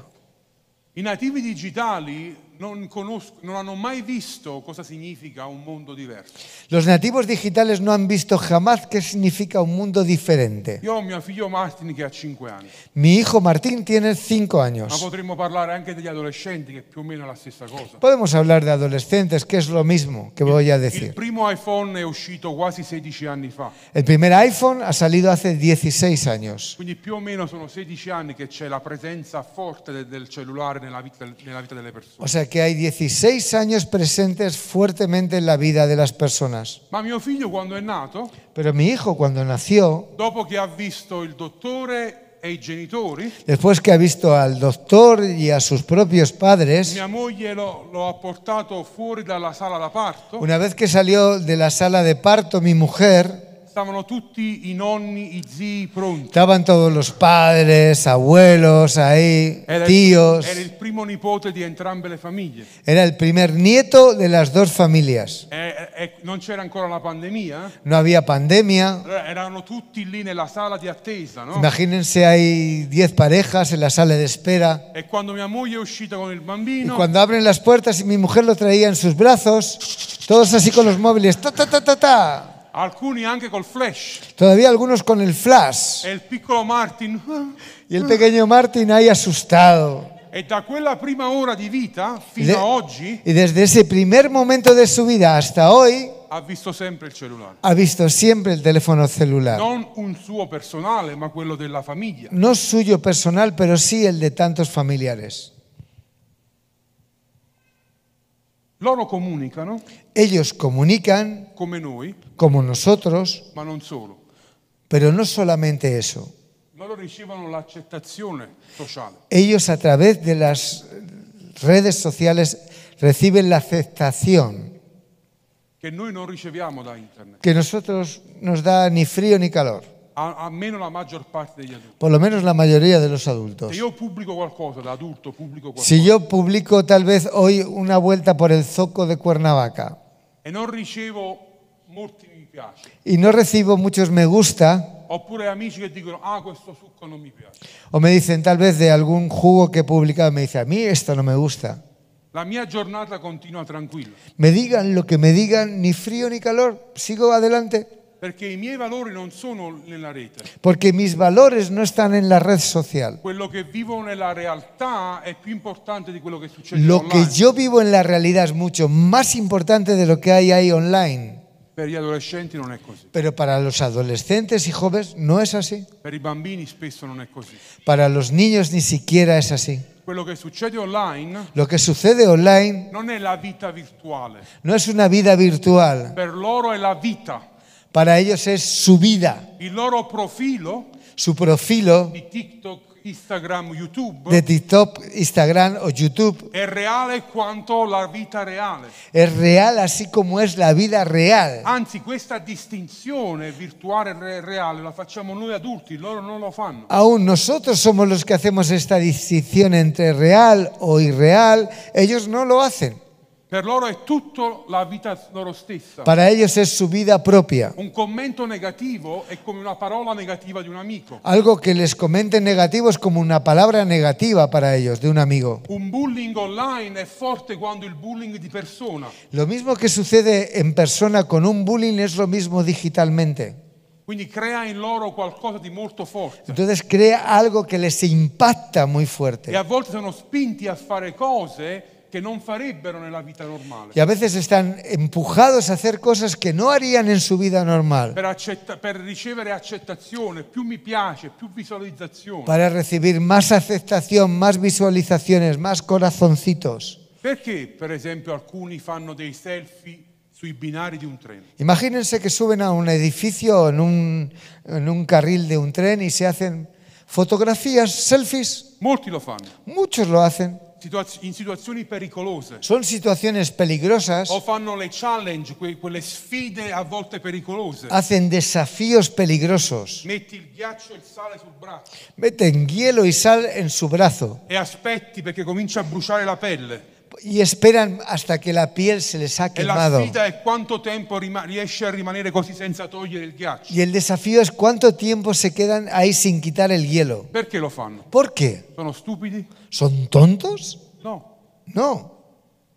I nativi digitali non, conosco- non hanno mai visto cosa significa un mondo diverso.
Los nativos digitales no han visto jamás qué significa un mundo diferente.
Io ho mio figlio Martin che ha 5 anni,
Mi hijo Martín tiene 5
ma
años.
potremmo parlare anche degli adolescenti che più o meno è la stessa cosa.
Podemos hablar de adolescentes, que es lo mismo que voy a
Il
decir.
primo iPhone è uscito quasi 16 anni fa,
El primer iPhone ha salido hace 16 años.
quindi più o meno sono 16 anni che c'è la presenza forte de- del cellulare nella vita, nella vita delle persone.
O sea que hay 16 años presentes fuertemente en la vida de las personas.
Ma mio figlio quando è nato,
Pero mi hijo cuando nació,
dopo che ha visto il dottore e i genitori,
después que ha visto al doctor y a sus propios padres,
mia moglie lo, lo ha portato fuori dalla sala da parto,
una vez que salió de la sala de parto mi mujer,
stavano tutti i nonni, i zii pronti.
estaban todos los padres, abuelos ahí,
Era il,
tíos.
era il primo nipote di entrambe le famiglie.
Era el primer nieto de las dos familias.
E- e- non c'era ancora la pandemia, eh?
No había pandemia.
allora erano tutti lì nella sala di attesa, no?
Imagínense, hay 10 parejas en la sala de espera.
E quando mia moglie è uscita con il
Y
bambino,
cuando abren las puertas y mi mujer lo traía en sus brazos, todos así con los móviles, ta, ta, ta, ta, ta.
alcuni anche col flash,
Todavía algunos con el flash.
e il piccolo Martin.
Y el pequeño Martin ahí asustado.
E da quella prima ora di vita
Y,
fino
de-
a oggi
y desde ese primer momento de su vida hasta hoy,
ha visto sempre il cellulare.
ha visto siempre el teléfono celular.
Non un suo personale, ma quello della famiglia.
No suyo personal, pero sí el de tantos familiares.
Loro comunicano
Ellos comunican,
come noi,
como nosotros,
ma non solo.
pero no solamente eso.
Loro ricevono l'accettazione sociale.
Ellos a través de las redes sociales reciben la aceptación
che noi non riceviamo da internet,
que nosotros nos da ni frío ni calor,
a- almeno la maggior parte degli adulti.
por lo menos la mayoría de los
Se
adultos.
io pubblico qualcosa da adulto, pubblico qualcosa
Si yo publico tal vez hoy una vuelta por el zoco de Cuernavaca
e non ricevo molti mi piace,
y no recibo muchos me gusta,
oppure amici che dicono ah questo succo non mi piace,
o me dicen tal vez de algún jugo que he publicado, me dice, a mí esto no me gusta.
la mia giornata continua tranquilla,
Me digan lo que me digan, ni frío ni calor, sigo adelante.
perché i miei valori non sono nella rete,
Porque mis valores no están en la red social.
quello che vivo nella realtà è più importante di quello che succede
Lo que
online.
yo vivo en la realidad es mucho más importante de lo que hay ahí online.
Per gli adolescenti non è così,
Pero para los adolescentes y jóvenes no es así.
per i bambini spesso non è così.
Para los niños ni siquiera es así.
Quello che succede online
Lo que sucede online
non è la vita virtuale,
no es una vida virtual.
per loro è la vita.
Para ellos es su vida,
il loro profilo
su profilo
di TikTok, Instagram, YouTube
de TikTok, Instagram o YouTube.
è reale quanto la vita reale.
Es real así como es la vida real.
Anzi, questa distinzione virtuale e re- reale la facciamo noi adulti, loro non lo fanno.
Aún nosotros somos los que hacemos esta distinción entre real o irreal, ellos no lo hacen.
Per loro è tutto la vita loro stessa.
Para ellos es su vida propia.
Un commento negativo è come una parola negativa di un amico.
Algo que les comenten negativo es como una palabra negativa para ellos, de un amigo.
Un bullying online è forte quando il bullying di persona.
Lo mismo que sucede en persona con un bullying es lo mismo digitalmente.
Quindi crea in loro qualcosa di molto forte.
Entonces crea algo que les impacta muy
E
fuerte.
a volte sono spinti a fare cose che non farebbero nella vita normale.
Y a veces están empujados a hacer cosas que no harían en su vida normal
per, accetta- per ricevere accettazione, più mi piace, più visualizzazione.
para recibir más aceptación, más visualizaciones, más corazoncitos.
Perché, per esempio, alcuni fanno dei selfie sui binari di un treno?
Imagínense que suben a un edificio o en un, en un carril de un tren y se hacen fotografías, selfies.
Molti lo fanno,
Muchos lo hacen.
situaz- in situazioni pericolose.
Son situaciones peligrosas.
O fanno le challenge, que- quelle sfide a volte pericolose.
Hacen desafíos peligrosos.
Metti il ghiaccio e il sale sul braccio
Meten hielo y sal en su brazo
e aspetti perché comincia a bruciare la pelle.
y esperan hasta que la piel se les ha
E la
quemado.
sfida è quanto tempo rima- riesci a rimanere così senza togliere il ghiaccio.
Y el desafío es cuánto tiempo se quedan ahí sin quitar el hielo.
Perché lo fanno?
¿Por qué?
Sono stupidi?
¿Son tontos?
No,
No.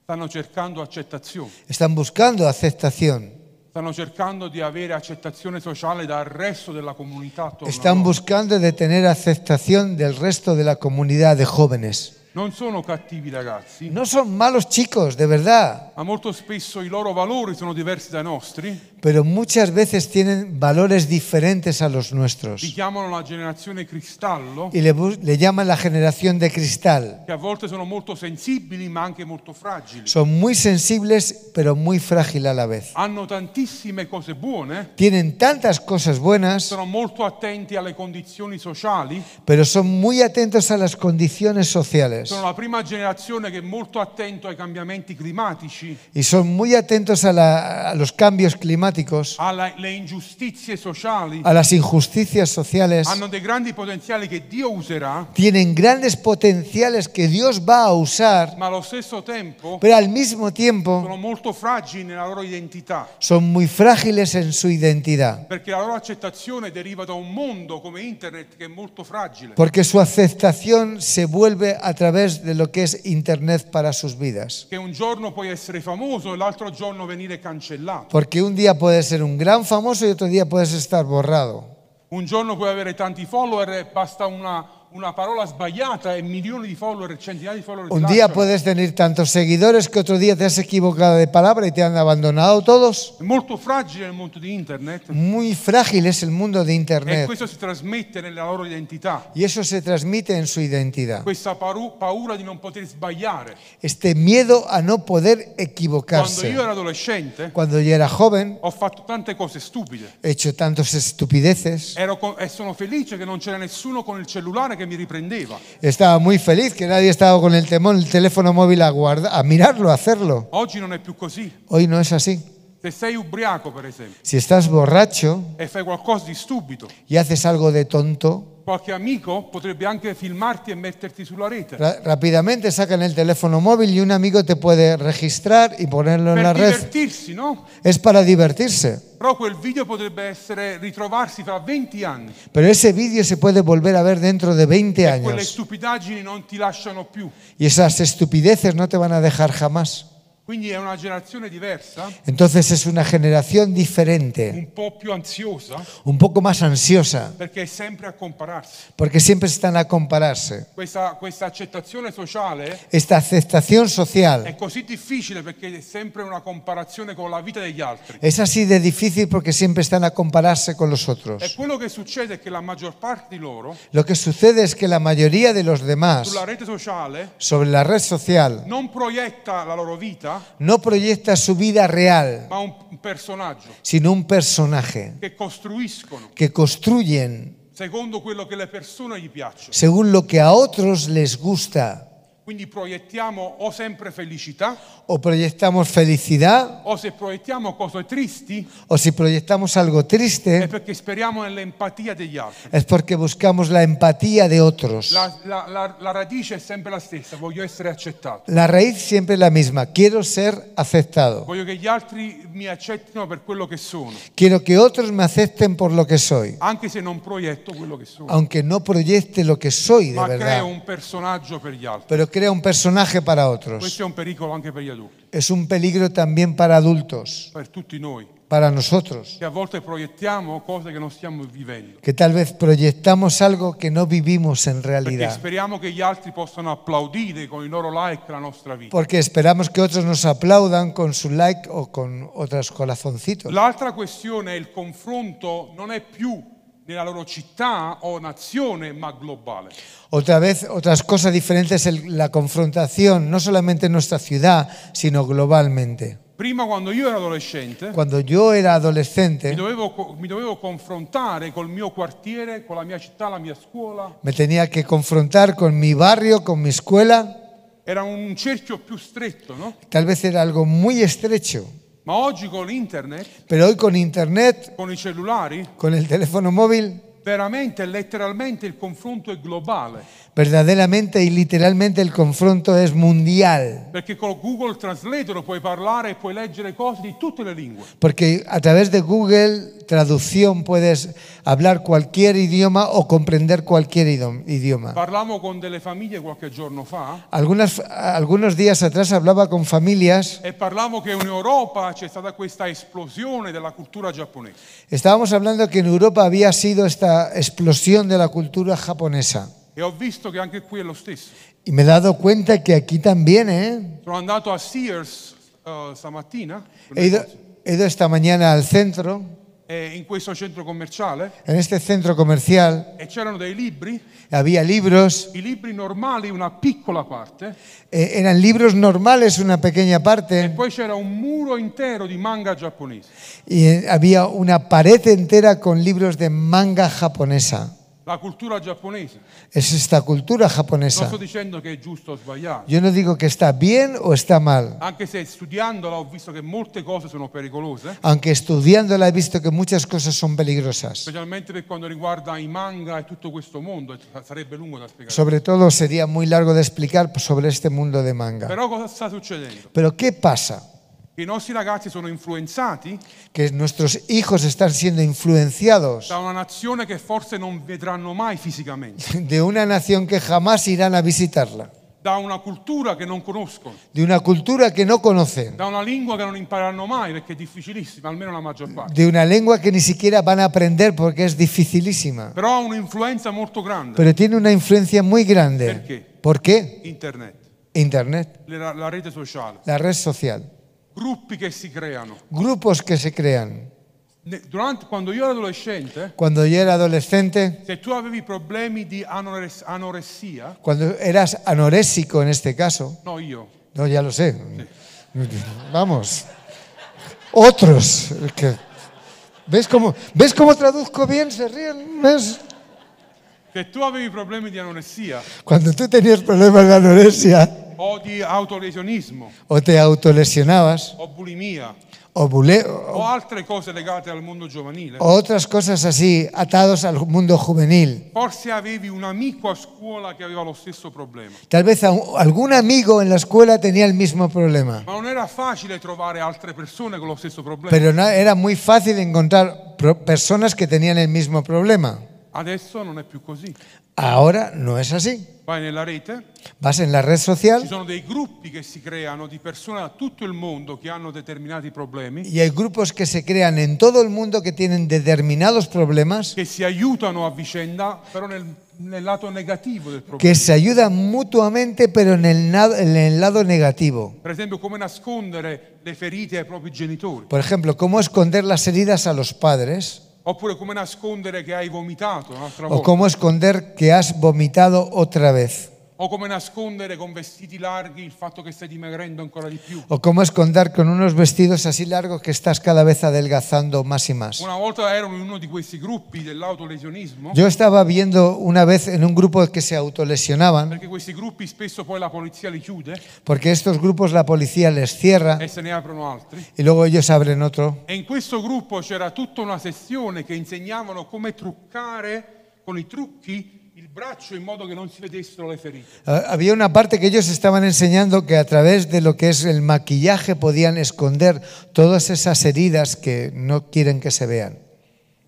stanno cercando accettazione,
Están buscando aceptación.
stanno cercando di avere accettazione sociale dal resto della comunità. attorno a
Están
loro.
buscando de tener aceptación del resto de la comunidad de jóvenes.
Non sono cattivi ragazzi,
No son malos chicos, de verdad,
ma molto spesso i loro valori sono diversi dai nostri,
pero muchas veces tienen valores diferentes a los
li
nuestros.
chiamano la generazione cristallo,
Y le, bus- le llaman la generación de cristal.
che a volte sono molto sensibili ma anche molto fragili.
Son muy sensibles, pero muy frágil a la vez.
Hanno tantissime cose buone,
Tienen tantas cosas buenas,
sono molto attenti alle condizioni sociali,
pero son muy atentos a las condiciones sociales.
sono la prima generazione che è molto attento ai cambiamenti climatici,
Y son muy atentos a, la- a los cambios climáticos,
alle ingiustizie sociali,
a las injusticias sociales.
hanno dei grandi potenziali che Dio userà,
Tienen grandes potenciales que Dios va a usar,
ma allo stesso tempo
pero al mismo tiempo
sono molto fragili nella loro identità,
son muy frágiles en su identidad,
perché la loro accettazione deriva da un mondo come internet che è molto fragile.
porque su aceptación se vuelve a través de lo que es Internet para sus vidas.
Che un giorno puoi essere famoso e l'altro giorno venire cancellato.
Porque un día puedes ser un gran famoso y otro día puedes estar borrado.
Un giorno puoi avere tanti follower e basta una, una parola sbagliata e milioni di follower, centinaia di follower. ti
Un día
lasciano.
puedes tener tantos seguidores que otro día te has equivocado de palabra y te han abandonado todos.
È molto fragile il mondo di internet
Muy frágil es el mundo de
e
Internet
questo si trasmette nella loro identità.
y eso se transmite en su identidad.
Questa paru- paura di non poter sbagliare.
Este miedo a no poder
Quando
equivocarse.
io ero adolescente
Cuando yo era joven,
ho fatto tante cose stupide.
he hecho tantas estupideces.
Ero co- e sono felice che non c'era nessuno con il cellulare che mi riprendeva.
Estaba muy feliz que nadie estaba con el, temón, el teléfono móvil a, guarda- a mirarlo, a hacerlo.
Oggi non è più così.
Hoy no es así.
Se sei ubriaco, per esempio,
Si estás borracho
e fai qualcosa di stupido,
y haces algo de tonto,
qualche amico potrebbe anche filmarti e metterti sulla rete.
ra- rápidamente sacan el teléfono móvil y un amigo te puede registrar y ponerlo en la
Per
red.
divertirsi, no?
Es para divertirse.
Però quel video potrebbe essere ritrovarsi fra 20 anni.
Pero ese vídeo se puede volver a ver dentro de 20
Quelle
años
stupidaggini non ti lasciano più.
y esas estupideces no te van a dejar jamás.
Quindi è una generazione diversa,
Entonces es una generación diferente,
un po' più ansiosa,
un poco más ansiosa,
perché è sempre a compararsi.
porque siempre están a compararse.
Questa, questa accettazione sociale
Esta aceptación social
è così difficile perché è sempre una comparazione con la vita degli altri.
es así de difícil porque siempre están a compararse con los
E
otros.
quello che succede è che la maggior parte di loro
Lo que sucede es que la mayoría de los demás
sulla rete sociale
sobre la red social
non proietta la loro vita,
no proyecta su vida real,
ma un un personaggio
sino un personaje
che costruiscono
que construyen
secondo quello che le persone gli piacciono.
según lo que a otros les gusta.
Quindi proiettiamo o sempre felicità,
O proyectamos felicidad,
o se proiettiamo cose tristi
o si proyectamos algo
è
triste,
perché speriamo nell'empatia degli altri.
es porque buscamos la empatía de otros.
La, la- la- la radice è sempre la stessa, voglio essere accettato.
La raíz siempre es la misma, quiero ser aceptado.
Voglio che gli altri mi accettino per quello che sono,
Quiero que otros me acepten por lo que soy,
anche se non proietto quello che sono,
aunque no proyecte lo que soy de
ma creo
verdad,
un personaggio per gli altri.
pero crea un personaje para otros.
Questo è un pericolo anche per gli adulti,
Es un peligro también para adultos,
per tutti noi,
para nosotros,
che a volte proiettiamo cose che non stiamo vivendo,
que tal vez proyectamos algo que no vivimos en
perché
realidad,
speriamo che gli altri possano applaudire con i loro like la nostra vita.
porque esperamos que otros nos aplaudan con su like o con otros corazoncitos.
L'altra questione è il confronto non è più nella loro città o nazione, ma globale.
Otra vez, otras cosas diferentes, el- la confrontación, no solamente en nuestra ciudad, sino globalmente.
Prima quando io ero adolescente
Cuando yo era
mi
adolescente,
dovevo, co- mi dovevo confrontare col mio quartiere, con la mia città, la mia scuola.
Me tenía que confrontar con mi barrio, con mi escuela.
Era un cerchio più stretto, no?
Tal vez era algo muy estrecho.
Ma oggi con internet,
Pero hoy con internet,
con i cellulari,
con el teléfono móvil,
veramente, letteralmente il confronto è globale,
Verdaderamente y literalmente el confronto es mundial,
perché con Google Translator puoi parlare e puoi leggere cose di tutte le lingue.
porque a través de Google Traducción puedes hablar cualquier idioma o comprender cualquier idom- idioma.
Parlavamo con delle famiglie qualche giorno fa
Algunas- algunos días atrás hablaba con familias,
e parlavo che in Europa c'è stata questa esplosione della cultura giapponese
estábamos hablando que en Europa había sido esta explosión de la cultura japonesa
e ho visto che anche qui è lo stesso.
y me he dado cuenta que aquí también, ¿eh?
Sono andato a Sears eh, stamattina
He ido, he ido esta mañana al centro,
eh, in questo centro commerciale
en este centro comercial,
e c'erano dei libri,
había libros,
i libri normali una piccola parte
eh, eran libros normales una pequeña
e
parte
poi c'era un muro intero di manga giapponese.
y eh, había una pared entera con libros de manga japonesa.
La cultura giapponese.
Es esta cultura
Non
japonesa.
sto dicendo che è giusto o sbagliato,
Yo no digo que está bien o está mal,
anche se studiandola ho visto che molte cose sono pericolose,
aunque estudiándola he visto que muchas cosas son peligrosas.
specialmente per quanto riguarda i manga e tutto questo mondo, e sa- sarebbe lungo da spiegare.
Sobre todo sería muy largo de explicar sobre este mundo de manga.
Però cosa sta succedendo?
Pero ¿qué pasa?
I nostri ragazzi sono influenzati
Que nuestros hijos están siendo influenciados
da una nazione che forse non vedranno mai fisicamente,
de una nación que jamás irán a visitarla,
da una cultura che non conoscono,
de una cultura que no conocen,
da una lingua che non impareranno mai perché è difficilissima, almeno la maggior parte.
de una lengua que ni siquiera van a aprender porque es dificilísima.
Però ha un'influenza molto grande,
Pero tiene una influencia muy grande.
¿Por qué?
¿Por qué?
internet,
Internet,
la, la rete sociale,
la red social,
gruppi che si creano.
grupos que se crean.
Ne- durante- quando io ero adolescente,
Cuando yo era adolescente,
se tu avevi problemi di anores- anoressia,
cuando eras anorésico en este caso,
no io,
no, ya lo sé. Vamos. Otros. que- ¿Ves cómo, ¿Ves cómo traduzco bien? ¿Se ríen? ¿Ves?
se tu avevi problemi di anoressia
Cuando tú tenías problemas de anorexia
o di autolesionismo
o te autolesionabas
o bulimia
o, bule- o-
o altre cose legate al mondo giovanile,
o otras cosas así atados al mundo juvenil,
forse avevi un amico a scuola che aveva lo stesso problema.
tal vez a un- algún amigo en la escuela tenía el mismo problema,
Ma non era facile trovare altre persone con lo stesso problema.
pero no- era muy fácil encontrar pro- personas que tenían el mismo problema.
Adesso non è più così.
Ahora no es así.
Vai nella rete,
Vas en la red
ci
social
sono dei gruppi che si creano di persone da tutto il mondo che hanno determinati problemi,
y hay grupos que se crean en todo el mundo que tienen determinados problemas,
che si aiutano a vicenda, però nel, nel lato negativo del problema.
que se ayudan mutuamente, pero en el na- en el lado negativo.
Per esempio, come nascondere le ferite ai propri genitori,
Por ejemplo, cómo esconder las heridas a los padres
oppure come nascondere che hai vomitato un'altra
o
volta,
cómo esconder que has vomitado otra vez
o come nascondere con vestiti larghi il fatto che stai dimagrendo ancora di più.
o cómo esconder con unos vestidos así largos que estás cada vez adelgazando más y más.
Una volta ero in uno di questi gruppi dell'autolesionismo,
Yo estaba viendo una vez en un grupo que se autolesionaban,
perché questi gruppi spesso poi la polizia li chiude
porque estos grupos la policía les cierra
e se ne aprono altri.
y luego ellos abren otro.
E in questo gruppo c'era tutta una sessione che insegnavano come truccare con i trucchi il braccio in modo che non si vedessero le ferite.
Ah, Había una parte que ellos estaban enseñando que a través de lo que es el maquillaje podían esconder todas esas heridas que no quieren que se vean.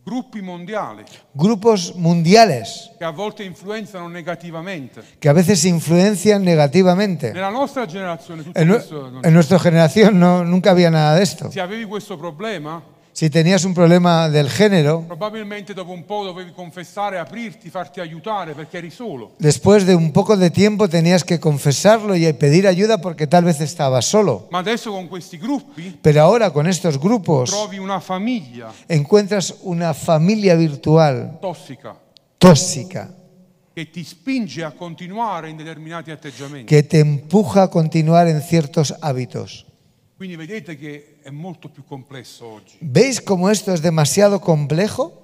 Gruppi mondiali
Grupos mundiales
che a volte influenzano negativamente.
que a veces influencian negativamente.
Nella nostra generazione tutto
En, nu-
questo non
en nuestra generación no, nunca había nada de esto.
Se avevi questo problema,
Si tenías un problema del género,
probabilmente dopo un po' dovevi confessare, aprirti, farti aiutare perché eri solo.
después de un poco de tiempo tenías que confesarlo y pedir ayuda porque tal vez estabas solo.
Ma adesso con questi gruppi
Pero ahora con estos grupos
trovi una famiglia
encuentras una familia virtual
tossica
tóxica
che ti spinge a continuare in determinati atteggiamenti.
que te empuja a continuar en ciertos hábitos.
Quindi vedete che è molto più complesso oggi
¿Veis cómo esto es demasiado complejo?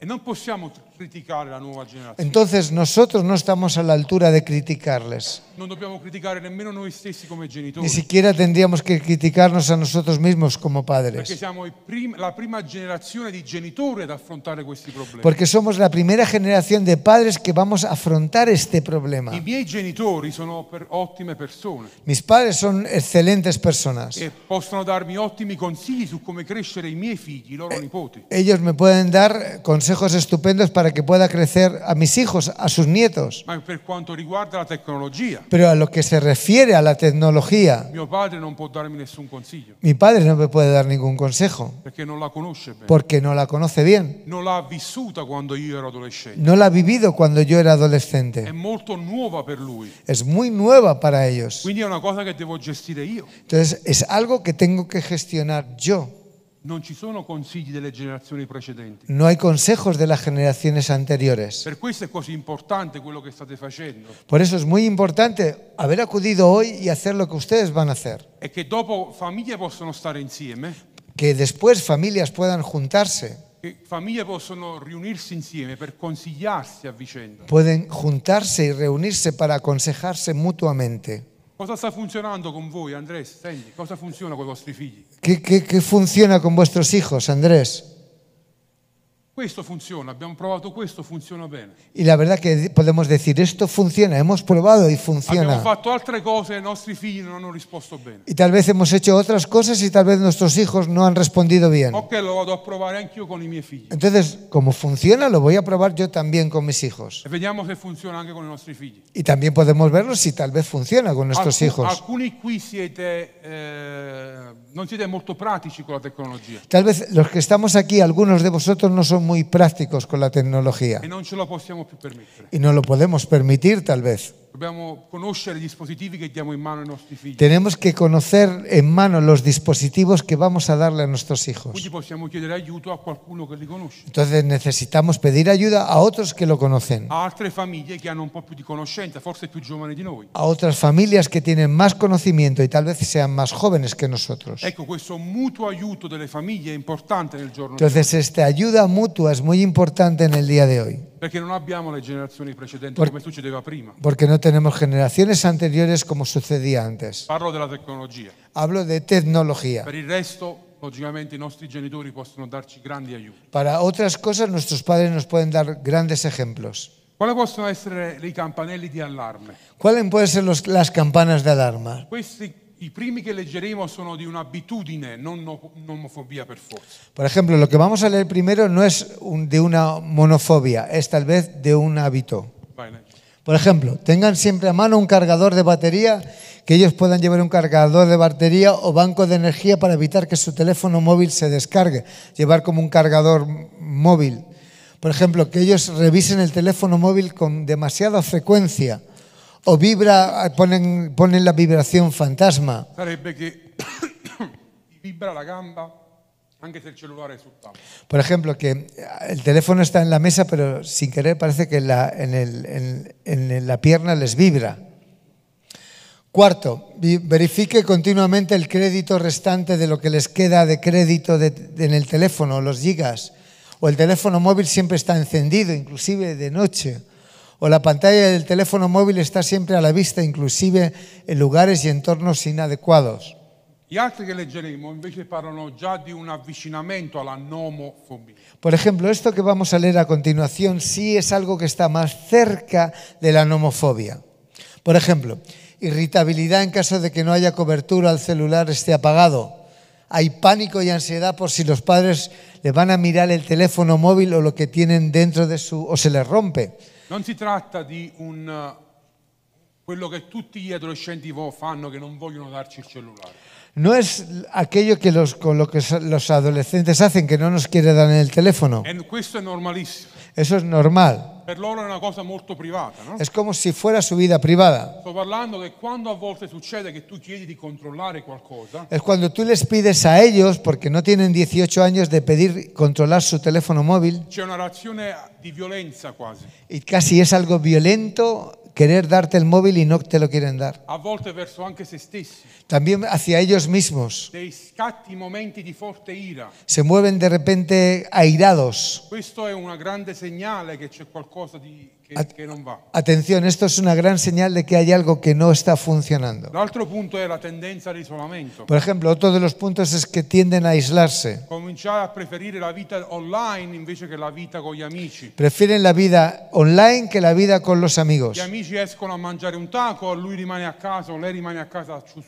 e non possiamo tr- criticare la nuova generazione.
Entonces nosotros no estamos a la altura de criticarles.
Non dobbiamo criticare nemmeno noi stessi come
Ni
genitori,
siquiera tendríamos que criticarnos a nosotros mismos como
perché
padres.
siamo i prim- la prima generazione di genitori ad affrontare questi problemi.
Porque somos la primera generación de padres que vamos a afrontar este
I
problema.
miei genitori sono per- ottime persone
Mis padres son excelentes personas.
e possono darmi ottimi consigli su come crescere i miei figli, i loro nipoti.
Ellos me pueden dar consejos estupendos para que pueda crecer a mis hijos, a sus nietos.
Ma per quanto riguarda la tecnologia,
Pero a lo que se refiere a la tecnología,
mio padre non può darmi nessun consiglio
mi padre no me puede dar ningún consejo
perché non la conosce bene.
porque no la conoce bien.
Non l'ha vissuta quando io ero adolescente.
No la ha vivido cuando yo era
È
adolescente.
molto nuova per lui.
Es muy nueva para ellos.
Quindi è una cosa che devo gestire io.
Entonces es algo que tengo que gestionar yo.
Non ci sono consigli delle generazioni precedenti.
No hay consejos de las generaciones anteriores.
Per questo è così importante quello che state facendo.
Por eso es muy importante haber acudido hoy y hacer lo que ustedes van a hacer.
È che dopo famiglie possono stare insieme,
Que después familias puedan juntarse,
che famiglie possono riunirsi insieme per consigliarsi a vicenda.
pueden juntarse y reunirse para aconsejarse mutuamente.
Cosa sta funzionando con voi, Andrea? Senti, cosa funziona con i vostri figli?
¿Qué, qué- qué funciona con vuestros hijos, Andrés?
Questo funziona, abbiamo provato questo, funziona bene.
Y la verdad que di- podemos decir, esto funciona, hemos probado y
Abbiamo
funciona.
fatto altre cose e i nostri figli non hanno risposto bene.
Y tal vez hemos hecho otras cosas y tal vez nuestros hijos no han respondido bien.
Ok, lo vado a provare anch'io con i miei figli.
Entonces, como funciona, lo voy a probar yo también con mis hijos.
E vediamo se funziona anche con i nostri figli.
Y también podemos verlo si tal vez funciona con nuestros
Alcu-
hijos.
Alcuni qui siete, eh, non siete molto pratici con la tecnologia
Tal vez los que estamos aquí, algunos de vosotros no son muy prácticos con la tecnología
e non ce la possiamo più permettere.
y no lo podemos permitir tal vez.
Dobbiamo conoscere i dispositivi che diamo in mano ai nostri figli.
Tenemos que conocer en mano los dispositivos que vamos a darle a nuestros
Quindi
hijos.
possiamo chiedere aiuto a qualcuno che li conosce,
Entonces necesitamos pedir ayuda a otros que lo conocen,
a altre famiglie che hanno un po' più di conoscenza, forse più giovani di noi.
a otras familias que tienen más conocimiento y tal vez sean más jóvenes que nosotros.
Ecco, questo mutuo aiuto delle famiglie è importante nel giorno di oggi,
Entonces esta ayuda mutua es muy importante en el día de hoy,
perché non abbiamo le generazioni precedenti
Por-
come succedeva prima.
porque no tenemos generaciones anteriores como sucedía antes.
Parlo della tecnologia.
Hablo de tecnología.
Per il resto, logicamente, i nostri genitori possono darci grandi aiuti.
Para otras cosas nuestros padres nos pueden dar grandes ejemplos.
Quali possono essere i campanelli di allarme?
¿Cuáles pueden ser los- las campanas de alarma?
Questi, i primi che leggeremo sono di un'abitudine, non no- non omofobia per forza.
Por ejemplo, lo que vamos a leer primero no es un- de una monofobia, es tal vez de un hábito.
Vai, leggi.
Por ejemplo, tengan siempre a mano un cargador de batería, que ellos puedan llevar un cargador de batería o banco de energía para evitar que su teléfono móvil se descargue, llevar como un cargador m- móvil. Por ejemplo, que ellos revisen el teléfono móvil con demasiada frecuencia o vibra, ponen, ponen la vibración fantasma.
Sarebbe che ti vibra la gamba anche se il cellulare è sul tavolo.
Por ejemplo, que el teléfono está en la mesa, pero sin querer parece que la- en, el- en- en la pierna les vibra. Cuarto, vi- verifique continuamente el crédito restante de lo que les queda de crédito de- de- en el teléfono, los gigas. O el teléfono móvil siempre está encendido, inclusive de noche. O la pantalla del teléfono móvil está siempre a la vista, inclusive en lugares y entornos inadecuados.
Gli altri che leggeremo invece parlano già di un avvicinamento alla nomofobia.
Por ejemplo, esto que vamos a leer a continuación sí es algo que está más cerca de la nomofobia. Por ejemplo, irritabilidad en caso de que no haya cobertura, el celular esté apagado. Hay pánico y ansiedad por si los padres le van a mirar el teléfono móvil o lo que tienen dentro de su o se les rompe.
Non si tratta di un, eh, quello che tutti gli adolescenti vo- fanno che non vogliono darci il cellulare.
No es aquello que los, con lo que so- los adolescentes hacen, que no nos quiere dar en el teléfono.
E questo è normalissimo.
Eso es normal.
Per loro è una cosa molto privata, no?
Es como si fuera su vida privada.
Sto parlando che quando a volte succede che tu chiedi di controllare qualcosa,
Es cuando tú les pides a ellos, porque no tienen 18 años, de pedir controlar su teléfono móvil
c'è una reazione di violenza quasi.
y casi es algo violento, querer darte el móvil y no te lo quieren dar.
a volte verso anche se stessi,
También hacia ellos mismos.
dei scatti, momenti di forte ira.
Se mueven de repente airados.
Questo è un grande segnale che c'è qualcosa di-
Ah.
che, che non va.
Atención, esto es una gran señal de que hay algo que no está funcionando.
L'altro punto è la tendenza all'isolamento.
Por ejemplo, otro de los puntos es que tienden a aislarse.
Cominciare a preferire la vita online invece che la vita con gli amici.
Prefieren la vida online que la vida con los amigos.
Gli amici escono a mangiare un taco, lui rimane a casa o lei rimane a casa sul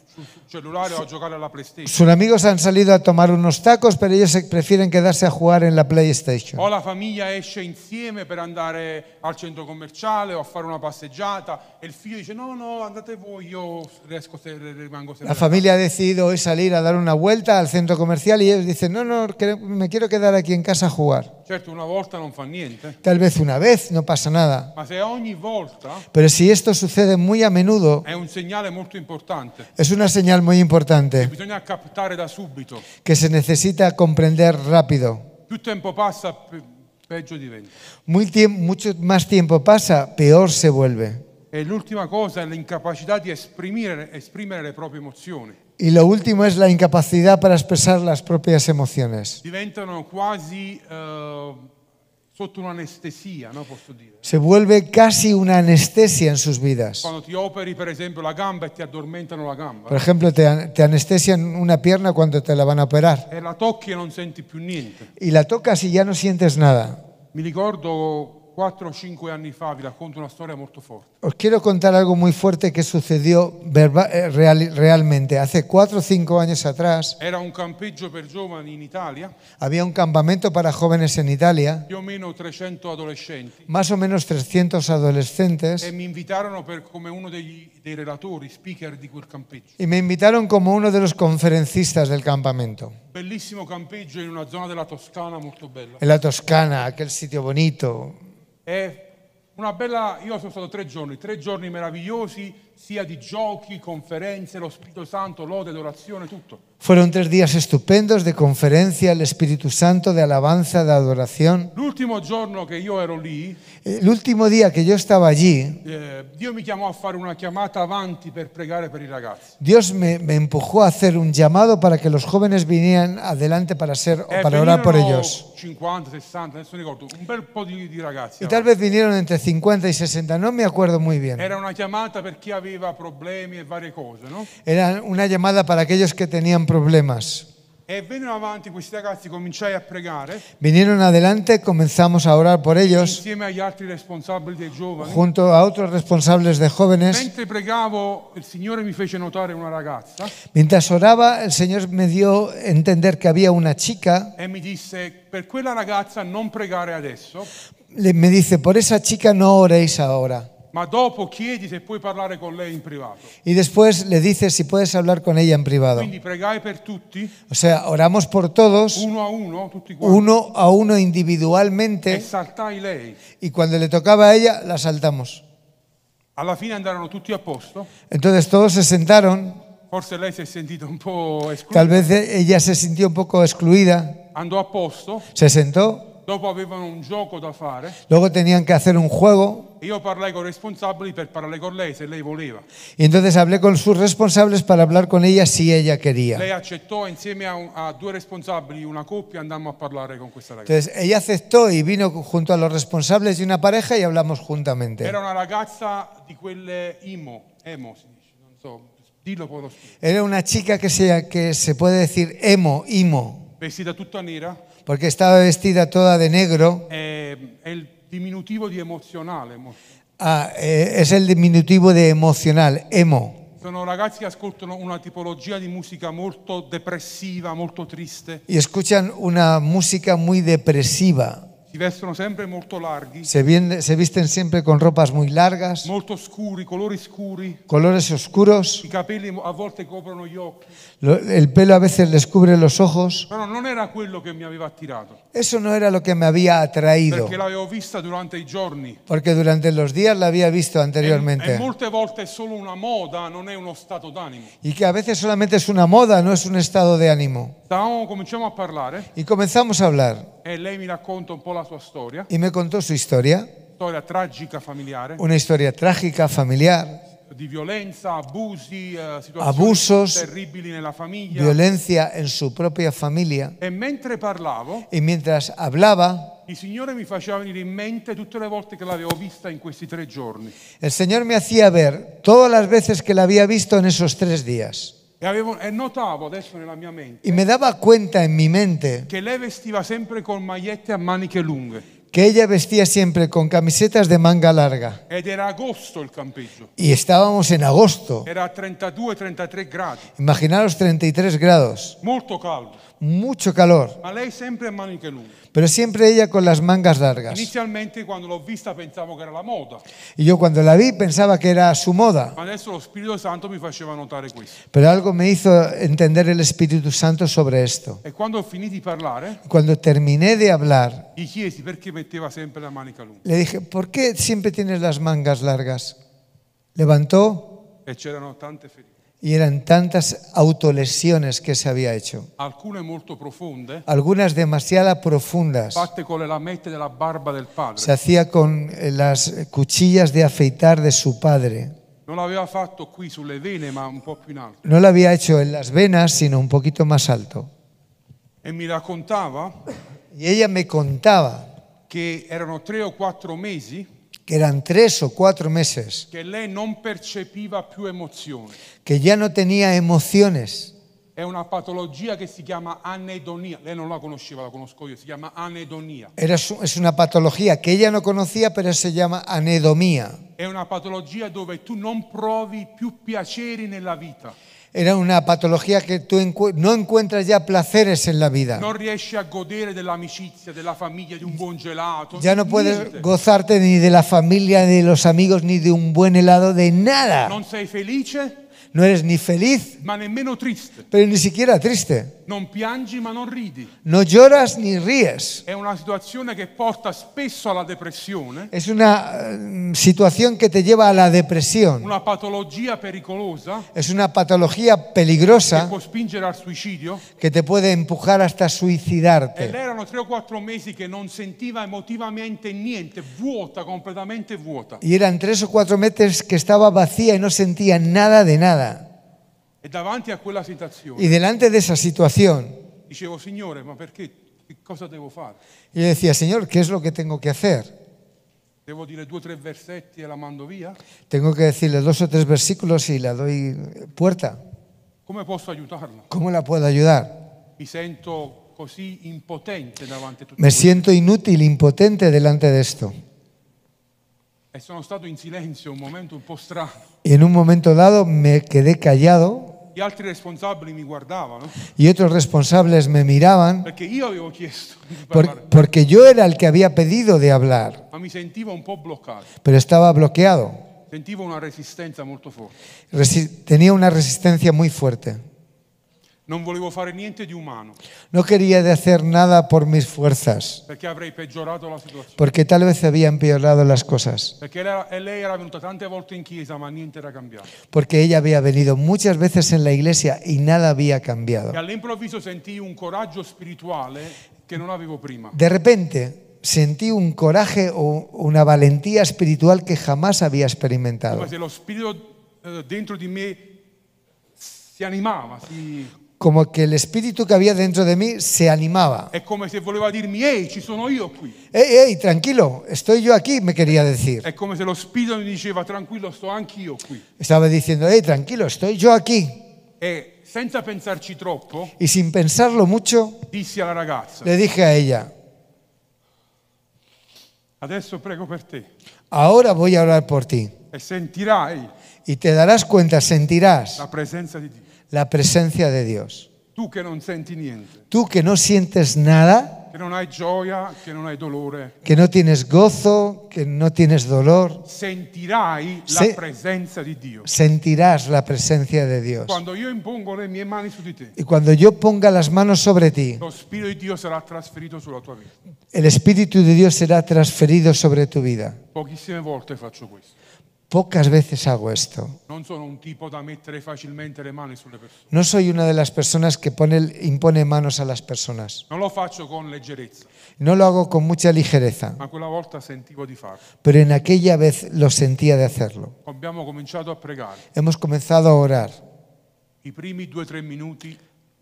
cellulare o a giocare alla PlayStation.
Sus amigos han salido a tomar unos tacos, pero ellos se- prefieren quedarse a jugar en la PlayStation.
O la famiglia esce insieme per andare al centro commerciale o a fare una passeggiata e il figlio dice no no andate voi, io riesco se- rimango sempre.
La familia ha decidido hoy salir a dar una vuelta al centro comercial y ellos dicen, no, no, que- me quiero quedar aquí en casa a jugar.
Certo una volta non fa niente,
Tal vez una vez, no pasa nada.
ma se ogni volta
Pero si esto sucede muy a menudo,
è un segnale molto importante.
es una señal muy importante
Bisogna captare da subito.
que se necesita comprender rápido.
Più tempo passa pe- peggio diventa.
Muy tiem- mucho más tiempo pasa, peor se vuelve.
E l'ultima cosa è l'incapacità di esprimere, esprimere le proprie emozioni.
Y lo último es la incapacidad para expresar las propias emociones.
Diventano quasi eh, sotto un'anestesia, no, posso dire.
Se vuelve casi una anestesia en sus vidas.
Quando ti operi per esempio la gamba e ti addormentano la
Por
gamba
ejemplo, te, an- te anestesian una pierna cuando te la van a operar
e la tocchi e non senti più niente.
y la tocas y ya no sientes nada.
Mi ricordo 4-5 anni fa, vi racconto una storia molto forte.
Os quiero contar algo muy fuerte que sucedió verba- eh, real- realmente. Hace cuatro o cinco años atrás
Era un campeggio per giovani in Italia,
había un campamento para jóvenes en Italia,
più o meno 300 adolescenti,
más o menos 300 adolescentes.
e mi invitarono per- come uno degli- dei relatori, speaker di quel campeggio.
Y me invitaron como uno de los conferencistas del campamento.
Bellissimo campeggio in una zona della Toscana molto bella.
En la Toscana, aquel sitio bonito.
È una bella, io sono stato tre giorni, tre giorni meravigliosi, sia di giochi, conferenze, lo Spirito Santo, lode, adorazione, tutto.
Fueron tres días estupendos de conferencia, el Espíritu Santo, de alabanza, de adoración.
L'ultimo giorno che io ero lì,
El último día que yo estaba allí,
eh, Dio mi chiamò a fare una chiamata avanti per pregare per i ragazzi.
Dios me, me empujó a hacer un llamado para que los jóvenes vinieran adelante para, ser,
E
para orar por
Eh, venirono
ellos.
50, 60, adesso non ricordo, un bel po' di, di ragazzi.
Y tal vez vinieron entre 50 y 60, no me acuerdo muy bien.
Era una chiamata per chi aveva problemi e varie cose, no?
Era una llamada para aquellos que tenían problemas.
E vennero avanti questi ragazzi, cominciai a pregare
Vinieron adelante, comenzamos a orar por ellos.
insieme agli altri responsabili dei giovani.
junto a otros responsables de jóvenes.
Mentre pregavo, il Signore mi fece notare una ragazza
Mientras oraba, el Señor me dio a entender que había una chica.
e mi disse, per quella ragazza non pregare adesso,
Le- Me dice, por esa chica no oréis ahora.
ma dopo chiedi se puoi parlare con lei in privato.
Y después le dice si puedes hablar con ella en privado.
Quindi pregai per tutti,
O sea, oramos por todos,
uno a uno, tutti quanti,
uno a uno
e
individualmente,
saltai lei.
y cuando le tocaba a ella, la saltamos.
Alla fine andarono tutti a posto,
Entonces todos se sentaron,
forse lei si è sentita un po' esclusa,
tal vez e- ella se sintió un poco excluida,
andò a posto,
se sentó,
dopo avevano un gioco da fare,
luego tenían que hacer un juego,
e io parlai con i responsabili per parlare con lei se lei voleva.
Y entonces hablé con sus responsables para hablar con ella si ella
Lei
quería.
accettò e insieme a, un- a due responsabili, una coppia, andammo a parlare con questa ragazza.
Entonces ella aceptó y vino junto a los responsables de una pareja y hablamos juntamente.
Era una ragazza di quelle emo, emo si dice, non so, dillo poi lo spiego.
Era una chica que se, que se puede decir emo, imo,
Vestita tutta nera,
porque estaba vestida toda de negro.
eh, è il diminutivo di emozionale. emo.
Ah, eh, es el diminutivo de emocional, emo.
Sono ragazzi che ascoltano una tipologia di musica molto depressiva, molto triste,
Y escuchan una música muy depresiva.
si vestono sempre molto larghi,
Se, vien- se visten siempre con ropas muy largas,
molto scuri, colori scuri,
colores oscuros,
i capelli mo- a volte coprono gli occhi,
lo- el pelo a veces les cubre los ojos.
però non era quello che mi aveva attirato,
Eso no era lo que me había atraído,
perché l'avevo vista durante i giorni.
porque durante los días la había visto
E, e
anteriormente.
molte volte è solo una moda, non è uno stato d'animo.
Y que a veces solamente es una moda, no es un estado de ánimo.
Stavamo, cominciamo a parlare
Y comenzamos a hablar
e lei mi racconta un po' la sua storia.
y me contó su historia.
storia tragica familiare
una historia trágica, familiar,
di violenza, abusi, eh, situazioni
Abusos.
terribili nella famiglia.
violencia en su propia familia.
e mentre parlavo,
Y mientras hablaba,
il Signore mi faceva venire in mente tutte le volte che l'avevo vista in questi tre giorni.
el Señor me hacía ver todas las veces que la había visto en esos tres días.
E, avevo- e notavo adesso nella mia mente
Y me daba cuenta en mi mente
che lei vestiva sempre con magliette a maniche lunghe
que ella vestía siempre con camisetas de manga larga.
ed era agosto il campeggio,
Y estábamos en agosto,
era a 32-33 gradi,
imaginaros 33 grados,
molto caldo,
mucho calor,
ma lei sempre a maniche lunghe.
pero siempre ella con las mangas largas.
Inizialmente quando l'ho vista pensavo che era la moda,
Y yo cuando la vi pensaba que era su moda,
ma adesso lo Spirito Santo mi faceva notare questo.
pero algo me hizo entender el Espíritu Santo sobre esto.
E quando ho finito di parlare,
Cuando terminé de hablar,
gli chiesi perché metteva sempre la manica lunga
le dije, ¿por qué siempre tienes las mangas largas? Levantó
e c'erano tante ferite,
y eran tantas autolesiones que se había hecho,
alcune molto profonde,
algunas demasiado profundas.
fatte con le lamette della barba del
Se
padre.
hacía con eh, las cuchillas de afeitar de su padre.
Non l'aveva fatto qui sulle vene, ma un po' più in alto.
No lo había hecho en las venas, sino un poquito más alto.
e mi raccontava
Y ella me contaba
che erano tre o quattro mesi
que eran tres o cuatro meses,
che lei non percepiva più emozioni.
que ya no tenía emociones.
È una patologia che si chiama anedonia. Lei non la conosceva, la conosco io, si chiama anedonia.
Era su- es una patología que ella no conocía, pero se llama anedomía.
È una patologia dove tu non provi più piaceri nella vita,
Era una patología que tú encu- no encuentras ya placeres en la vida.
non riesci a godere dell'amicizia, della famiglia, di un buon gelato.
Ya no puedes
niente.
gozarte ni de la familia, ni de los amigos, ni de un buen helado, de nada.
Non sei felice,
No eres ni feliz,
ma nemmeno triste.
pero ni siquiera triste.
Non piangi, ma non ridi.
No lloras ni ríes.
È una situazione che porta spesso alla depressione.
Es una eh, situación que te lleva a la depresión.
una patologia pericolosa
Es una patología
che
peligrosa
può spingere al suicidio.
que te puede empujar hasta
E lei
suicidarte.
erano tre o quattro mesi che non sentiva emotivamente niente, vuota, completamente vuota.
Y eran tres o cuatro meses que estaba vacía y no sentía nada de nada.
E davanti a quella situazione
Y delante de esa situación,
dicevo, Signore, ma perché? Che cosa devo fare?
yo decía, Señor, ¿qué es lo que tengo que hacer?
Devo dire due o tre versetti e la mando via?
Tengo que decirle dos o tres versículos y la doy eh, puerta.
Come posso aiutarla?
¿Cómo la puedo ayudar?
Mi sento così impotente davanti a tutto
Me
questo.
siento inútil, impotente delante de esto.
E sono stato in silenzio un momento un po' strano.
Y en un momento dado me quedé callado
Gli altri responsabili mi guardavano
y otros responsables me miraban
perché io avevo chiesto di
por-
parlare,
porque yo era el que había pedido de hablar,
ma mi sentivo un po' bloccato.
pero estaba bloqueado.
Sentivo una resistenza molto forte.
Resi- tenía una resistencia muy fuerte.
Non volevo fare niente di umano
No quería de hacer nada por mis fuerzas,
perché avrei peggiorato la situazione.
porque tal vez había empeorado las cosas,
Perché lei era, e lei era venuta tante volte in chiesa ma niente era cambiato.
porque ella había venido muchas veces en la iglesia y nada había cambiado.
E all'improvviso sentii un coraggio spirituale che non avevo prima.
De repente sentí un coraje o una valentía espiritual que jamás había experimentado,
Come se lo spirito eh, dentro di me si animava, si-
como que el espíritu que había dentro de mí se animaba.
è come se voleva dirmi ehi ci sono io qui.
¡Ey, ey, tranquilo! Estoy yo aquí, me quería decir.
È come se lo spirito mi diceva tranquillo sto anch'io qui.
Estaba diciendo, ¡Ey, tranquilo, estoy yo aquí!
E senza pensarci troppo
Y sin pensarlo mucho,
dissi alla ragazza
le dije a ella,
adesso prego per te
ahora voy a orar por ti.
e sentirai
Y te darás cuenta, sentirás
la presenza di Dio.
la presencia de Dios.
Tu che non senti niente,
Tú que no sientes nada,
che non hai gioia, che non hai dolore,
que no tienes gozo, que no tienes dolor,
sentirai
Se-
la presenza di Dio.
sentirás la presencia de Dios.
Quando io impongo le mie mani su di te,
Y cuando yo ponga las manos sobre ti,
lo Spirito di Dio sarà trasferito sulla tua vita.
el Espíritu de Dios será transferido sobre tu vida.
Pochissime volte faccio questo.
Pocas veces hago esto.
Non non sono un tipo da mettere facilmente le mani sulle persone.
No soy una de las personas que pone- impone manos a las personas.
Non lo faccio con leggerezza,
No lo hago con mucha ligereza,
ma quella volta sentivo di farlo.
pero en aquella vez lo sentía de hacerlo.
Abbiamo cominciato a pregare.
Hemos comenzado a orar.
I primi due o tre minuti,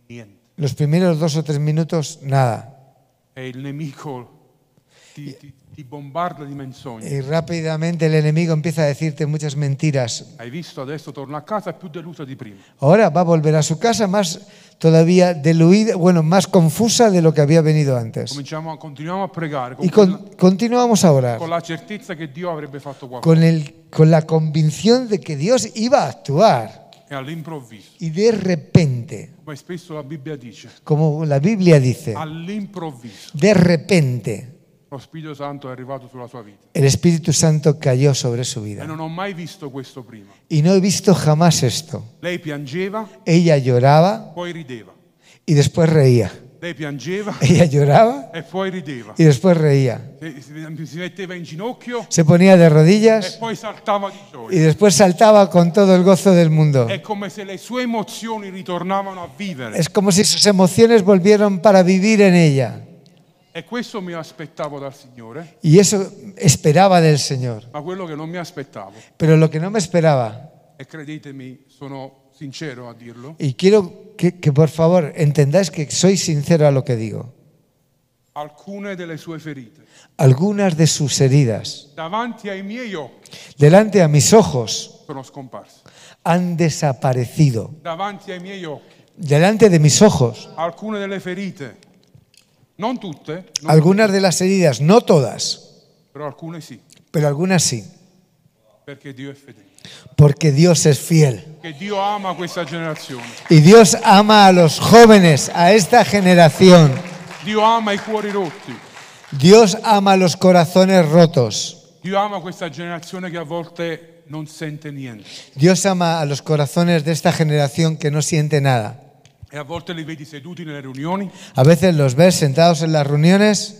niente.
Los primeros dos o tres minutos, nada.
E il nemico ti, ti- ti bombarda di menzogne.
Y rápidamente el enemigo empieza a decirte muchas mentiras.
Hai visto adesso torno a casa più delusa di prima.
Ahora va a volver a su casa más todavía diluida, bueno, más confusa de lo que había venido antes.
Cominciamo, a- continuiamo a pregare con,
Y con-
quella-
continuamos a orar
con la certezza che Dio avrebbe fatto qualcosa.
con, el- con la convicción de que Dios iba a actuar.
E all'improvviso,
Y de repente,
come spesso la Bibbia dice,
como la Biblia dice,
all'improvviso
de repente
lo Spirito Santo è arrivato sulla sua vita.
el Espíritu Santo cayó sobre su
E
vida.
non ho mai visto questo prima.
Y no he visto jamás esto.
Lei piangeva,
Ella lloraba
poi rideva.
y después reía.
Lei piangeva
Ella lloraba
e poi rideva.
y después reía.
E Si si metteva in ginocchio
Se ponía de
e
rodillas
poi saltava di
y
gioia.
después saltaba con todo el gozo del mundo.
È come se le sue emozioni ritornavano a vivere.
Es como si sus emociones volvieron para vivir en ella.
E questo mi aspettavo dal Signore,
Y eso esperaba del Señor.
ma quello che non mi aspettavo,
Pero lo que no me esperaba,
e credetemi, sono sincero a dirlo,
y quiero que, que por favor entendáis que soy sincero a lo que digo,
alcune delle sue ferite
algunas de sus heridas
davanti ai miei occhi
delante a mis ojos
sono scomparse.
han desaparecido.
Davanti ai miei occhi,
Delante de mis ojos,
alcune delle ferite, non tutte, non-
algunas de las heridas, no todas,
però alcune sì,
pero algunas sí,
perché Dio è fedele.
porque Dios es fiel.
Che Dio ama questa generazione,
Y Dios ama a los jóvenes, a esta generación.
Dio ama i cuori rotti,
Dios ama los corazones rotos.
Dio ama questa generazione che a volte non sente niente
Dios ama a los corazones de esta generación que no siente nada.
e a volte li vedi seduti nelle riunioni,
A veces los ves sentados en las reuniones,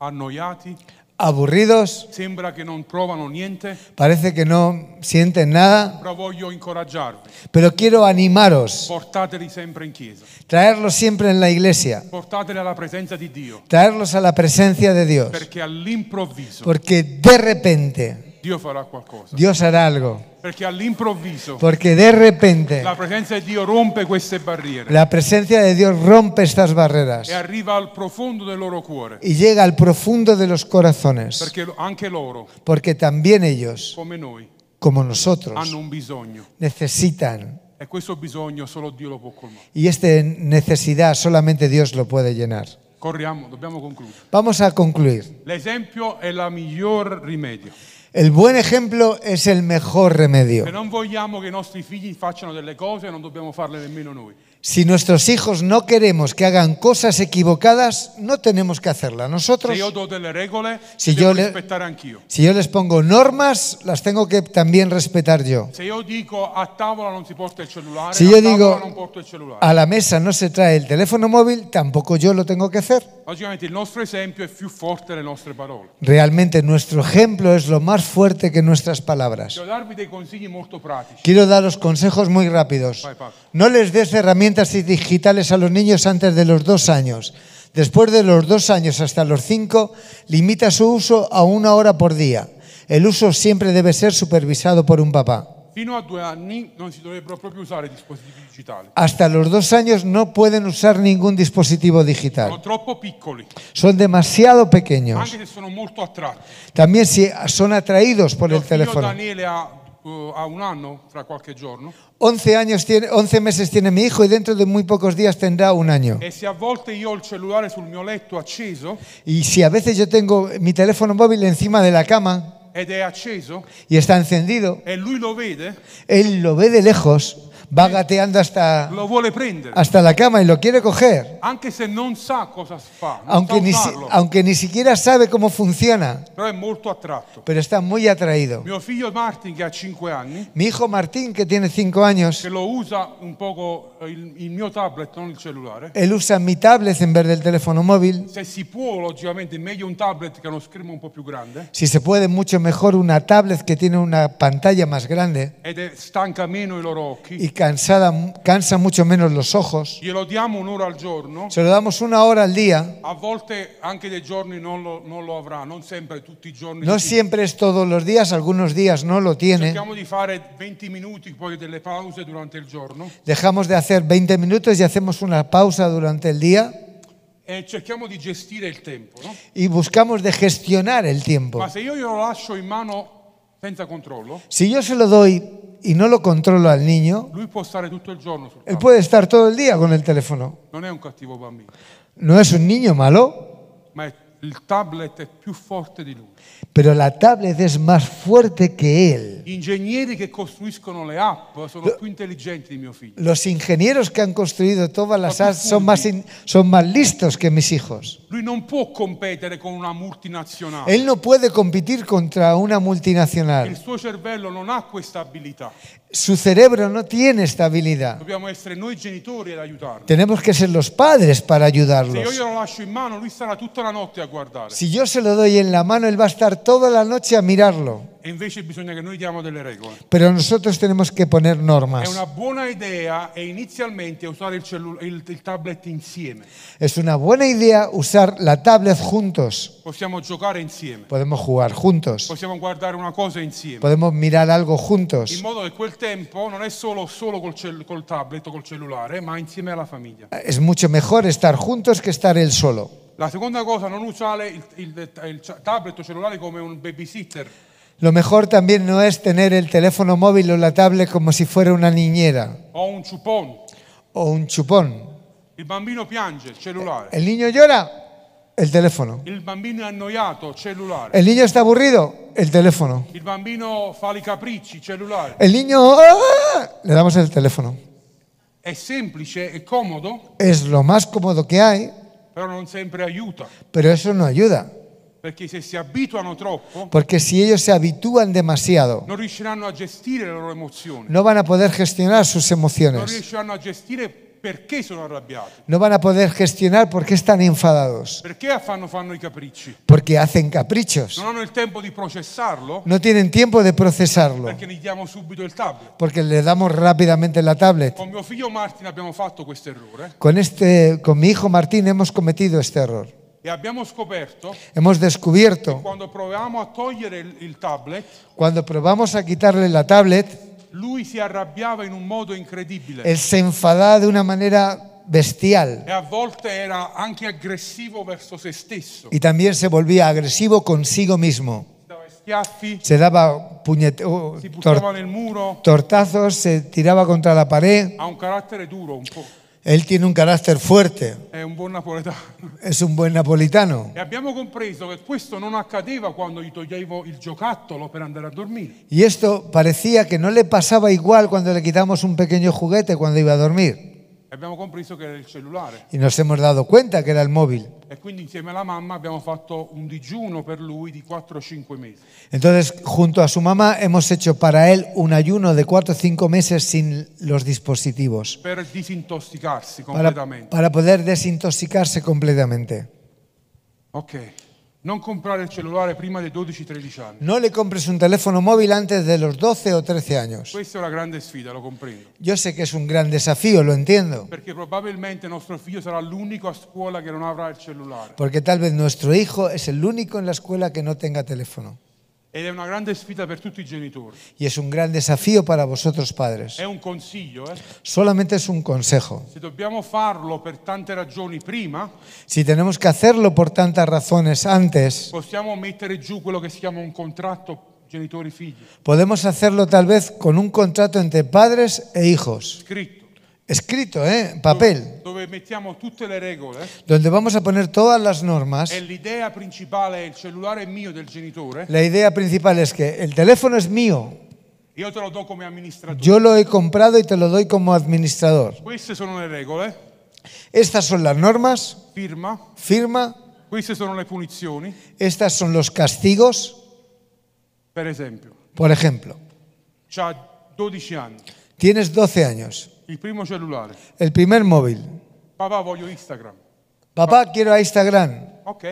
annoiati,
aburridos,
sembra che non provano niente,
parece que no sienten nada,
però voglio incoraggiarvi.
pero quiero animaros,
Portateli sempre in chiesa,
traerlos siempre en la iglesia,
portateli alla presenza di Dio,
traerlos a la presencia de Dios,
perché all'improvviso
porque de repente
Dio farà qualcosa.
Dios hará algo,
Perché all'improvviso
porque de repente
la presenza di Dio rompe queste barriere
la presencia de Dios rompe estas barreras
e arriva al profondo del loro cuore,
y llega al profundo de los corazones,
perché lo- anche loro,
porque también ellos,
come noi,
como
hanno
nosotros,
un bisogno
necesitan
e questo bisogno solo Dio lo può colmare.
Y esta necesidad solamente Dios lo puede llenar.
Corriamo, dobbiamo concludere.
Vamos a concluir.
L'esempio è la miglior rimedio.
El buen ejemplo es el mejor
Se
remedio.
non vogliamo che i nostri figli facciano delle cose, non dobbiamo farle nemmeno noi.
Si nuestros hijos no queremos que hagan cosas equivocadas, no tenemos que hacerla.
Se io
Nosotros,
do delle regole,
Sì,
le devo
io le-
rispettare anch'io.
si yo les pongo normas, las tengo que también respetar yo.
Se io dico a tavola non si porta il cellulare,
Si
a
yo
tavola non
digo
porto il cellulare.
a la mesa no se trae el teléfono móvil, tampoco yo lo tengo que hacer.
Logicamente il nostro esempio è più forte delle nostre parole.
Realmente nuestro ejemplo es lo más fuerte que nuestras palabras.
Devo darvi dei consigli molto pratici.
Quiero daros consejos muy rápidos.
Vai, Paco.
No les des herramientas digitales a los niños antes de los dos años. Después de los dos años hasta los cinco, limita su uso a una hora por día. El uso siempre debe ser supervisado por un papá.
Fino a due anni non si dovrebbero proprio usare dispositivi digitali.
Hasta los dos años no pueden usar ningún dispositivo
Sono
digital.
troppo piccoli,
Son demasiado pequeños.
anche se sono molto attratti.
También si son atraídos por
Mio
el
figlio
teléfono.
Daniele ha, eh, ha un anno, fra qualche giorno,
11, años tiene, 11 meses tiene mi hijo y dentro de muy pocos días tendrá un año.
e se a volte io ho il cellulare sul mio letto acceso
Y si a veces yo tengo mi teléfono móvil encima de la cama
ed è acceso
y está encendido,
e lui lo vede,
él lo ve de lejos, va gateando hasta,
lo vuole prendere,
hasta la cama y lo quiere coger,
anche se non sa cosa fa, non sa
aunque ni, si-
usarlo,
aunque ni siquiera sabe cómo funciona,
però è molto attratto.
pero está muy atraído.
Mio figlio Martin, che ha 5 anni,
Mi hijo Martín, que tiene 5 años,
che lo usa un poco eh, il, il mio tablet, non il cellulare,
él usa mi tablet en vez del teléfono móvil.
se si può, logicamente, è meglio un tablet che uno schermo un po' più grande
Si se puede, mucho mejor una tablet que tiene una pantalla más grande
ed è stanca meno i loro occhi.
y cansada, cansa mucho menos los ojos.
Glielo diamo un'ora al giorno,
Se lo damos una hora al día.
a volte anche dei giorni non lo, non lo avrà, non sempre tutti i giorni.
No
di più.
siempre es todos los días, algunos días no lo tiene.
Cerchiamo di fare 20 minuti poi delle pause durante il giorno
Dejamos de hacer 20 minutos y hacemos una pausa durante el día
e cerchiamo di gestire il tempo. no?
y buscamos de gestionar el tiempo.
Ma se io glielo lascio in mano senza controllo,
Si yo se lo doy y no lo controlo al niño,
lui può stare tutto il giorno sul
él
campo.
puede estar todo el día con el teléfono.
Non è un cattivo bambino,
No es un niño malo,
ma è- il tablet è più forte di lui.
pero la tablet es más fuerte que él.
Gli ingegneri che costruiscono le app sono più intelligenti di mio figlio.
Los ingenieros que han construido todas las apps son más, in- son más listos que mis hijos.
Lui non può competere con una multinazionale.
Él no puede competir contra una
Il
multinacional.
suo cervello non ha questa abilità.
Su cerebro no tiene estabilidad.
Dobbiamo essere noi genitori ad aiutarlo.
Tenemos que ser los padres para
Se io
ayudarlos.
glielo lascio in mano, lui starà tutta la notte a guardare.
Si yo se lo doy en la mano, él va a estar toda la noche a mirarlo.
E invece bisogna che noi diamo delle regole.
Pero nosotros tenemos que poner
È
normas.
una buona idea e inizialmente usare il, cellu- il- il tablet insieme.
Es una buena idea usar la tablet juntos.
Possiamo giocare insieme,
Podemos jugar juntos.
possiamo guardare una cosa insieme.
Podemos mirar algo
In
juntos.
modo che quel tempo non è solo, solo col, cell- col tablet o col cellulare, ma insieme alla famiglia.
Es mucho mejor estar juntos que estar él solo.
La seconda cosa, non usare il, il- il c- tablet o cellulare come un babysitter.
Lo mejor también no es tener el teléfono móvil o la tablet como si fuera una niñera
o un ciupon.
o un chupón.
Il bambino piange, cellulare.
El niño llora, el teléfono.
Il bambino è annoiato, cellulare.
El niño está aburrido, el teléfono.
Il bambino fa i capricci, cellulare.
El niño... ¡ah! Le damos el teléfono.
È semplice, è comodo,
Es lo más cómodo que hay,
però non sempre aiuta.
pero eso no ayuda.
Perché se si abituano troppo,
Porque si ellos se habitúan demasiado,
non riusciranno a gestire le loro emozioni.
no van a poder gestionar sus
Non
emociones.
riusciranno a gestire perché sono arrabbiati.
No van a poder gestionar por qué están enfadados.
Perché fanno, fanno i capricci.
Porque hacen caprichos.
Non hanno il tempo di processarlo
No tienen tiempo de procesarlo.
perché gli diamo subito il tablet.
Porque le damos rápidamente la tablet.
Con mio figlio Martin abbiamo fatto questo errore
Con, este, con mi hijo Martín hemos cometido este error.
e abbiamo scoperto
Hemos descubierto,
quando proviamo a togliere il, il tablet,
cuando probamos a quitarle la tablet,
lui si arrabbiava in un modo incredibile
él se enfadaba de una manera bestial
e a volte era anche aggressivo verso se stesso.
y también se volvía agresivo consigo mismo.
Si dava schiaffi,
Se daba puñete- o
si buttava
tor-
nel muro,
tortazos, se tiraba contra la pared.
ha un carattere duro un po',
Él tiene un carácter fuerte,
è un buon napoletano.
es un buen napolitano.
E abbiamo compreso che questo non accadeva quando gli toglievo il giocattolo per andare a dormire.
Y esto parecía que no le pasaba igual cuando le quitamos un pequeño juguete cuando iba a dormir.
E Abbiamo compreso che era il cellulare.
Y nos hemos dado cuenta que era el móvil.
E quindi insieme alla mamma abbiamo fatto un digiuno per lui di 4-5 mesi.
Entonces, junto a su mamá, hemos hecho para él un ayuno de cuatro o cinco meses sin los dispositivos,
Per disintossicarsi
para,
completamente.
para poder desintoxicarse completamente.
Ok. Non comprare il cellulare prima dei 12-13 anni.
No le compres un teléfono móvil antes de los 12 o 13 años.
Questa è una grande sfida, lo comprendo.
Yo sé que es un gran desafío, lo entiendo,
Perché probabilmente nostro figlio sarà l'unico a scuola che non avrà il cellulare.
porque tal vez nuestro hijo es el único en la escuela que no tenga teléfono.
Ed è una grande sfida per tutti i genitori.
Y es un gran desafío para vosotros padres.
È un consiglio, eh?
Solamente es un consejo.
Se dobbiamo farlo per tante ragioni prima,
Si tenemos que hacerlo por tantas razones antes,
possiamo mettere giù quello che si chiama un contratto genitori-figli,
podemos hacerlo tal vez con un contrato entre padres e hijos.
scritto,
escrito, ¿eh? en papel,
dove mettiamo tutte le regole
donde vamos a poner todas las normas.
e l'idea principale è il cellulare è mio del genitore,
La idea principal es que el teléfono es mío,
Io te lo do come amministratore.
Yo lo he comprado y te lo doy como administrador.
Queste sono le regole,
Estas son las normas,
firma,
firma,
queste sono le punizioni,
estas son los castigos.
per esempio.
Por ejemplo,
C'ha 12 anni,
tienes 12 años,
il primo cellulare.
el primer móvil.
Papà voglio Instagram.
Papá, quiero a Instagram.
Ok,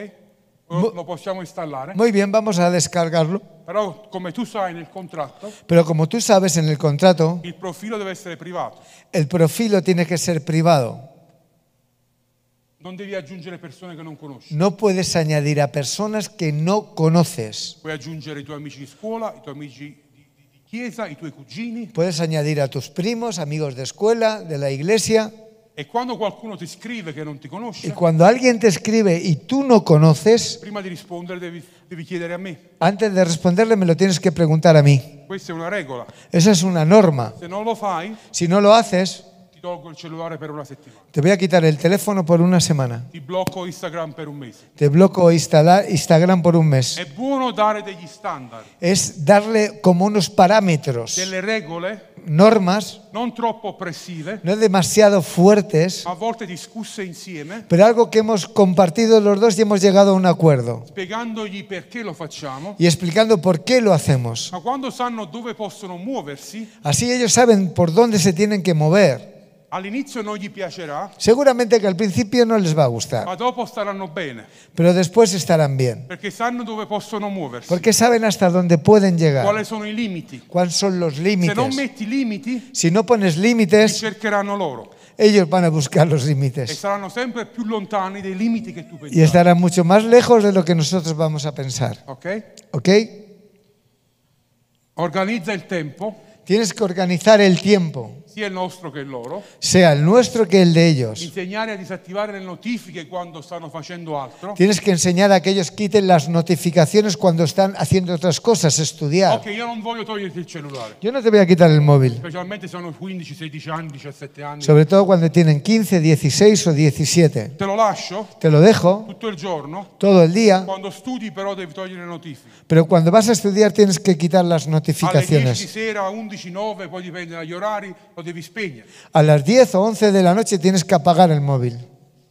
lo, lo possiamo installare,
Muy bien, vamos a descargarlo.
però come tu sai nel contratto
Pero como tú sabes en el contrato,
il profilo deve essere privato,
el profilo tiene que ser privado.
non devi aggiungere persone che non conosci.
No puedes añadir a personas que no conoces.
Puoi aggiungere i tuoi amici di scuola, i tuoi amici di, di- di chiesa, i tuoi cugini
Puedes añadir a tus primos, amigos de escuela, de la iglesia.
e quando qualcuno ti scrive che non ti
Y
conosce,
cuando alguien te escribe y tú no conoces,
prima di rispondere devi, devi chiedere a me.
antes de responderle me lo tienes que preguntar a mí.
Questa è una regola.
Esa es una norma.
Se non lo fai,
Si no lo haces,
ti tolgo il cellulare per una settimana,
te voy a quitar el teléfono por una semana.
ti blocco Instagram per un mese.
Te bloco instala- Instagram por un mes.
È buono dare degli standard,
Es darle como unos parámetros,
delle regole
normas,
non troppo oppressive,
no demasiado fuertes,
ma a volte discusse insieme
pero algo que hemos compartido los dos y hemos llegado a un acuerdo.
spiegandogli perché lo facciamo,
Y explicando por qué lo hacemos.
ma quando sanno dove possono muoversi,
Así ellos saben por dónde se tienen que mover.
all'inizio non gli piacerà,
Seguramente que al principio no les va a gustar,
ma dopo staranno bene,
pero después estarán bien.
perché sanno dove possono muoversi,
Porque saben hasta dónde pueden
quali
llegar,
sono i limiti.
cuáles son los
Se non
límites.
metti limiti,
Si no pones
li
límites,
cercheranno loro
ellos van a buscar los
e
límites
saranno sempre più lontani dai limiti che tu
y
pensavi.
estarán mucho más lejos de lo que nosotros vamos a pensar.
Ok?
¿Ok?
Organizza il tempo,
Tienes que organizar el tiempo,
sia il nostro che il loro,
sea el nuestro que el de ellos.
insegnare a disattivare le notifiche quando stanno facendo altro.
Tienes que enseñar a que ellos quiten las notificaciones cuando están haciendo otras cosas, estudiar.
Ok, io non voglio toglierti il cellulare,
Yo no te voy a quitar el móvil,
specialmente se hanno 15, 16 anni, 17 anni.
sobre todo cuando tienen 15, 16 o 17.
Te lo lascio
Te lo dejo
tutto il giorno.
todo el día,
Quando studi però devi togliere le notifiche.
pero cuando vas a estudiar tienes que quitar las
Alle 10 di
notificaciones.
sera, 11, 9, poi dipende dagli orari, lo devi spegnere.
A las 10 o 11 de la noche tienes que apagar el móvil.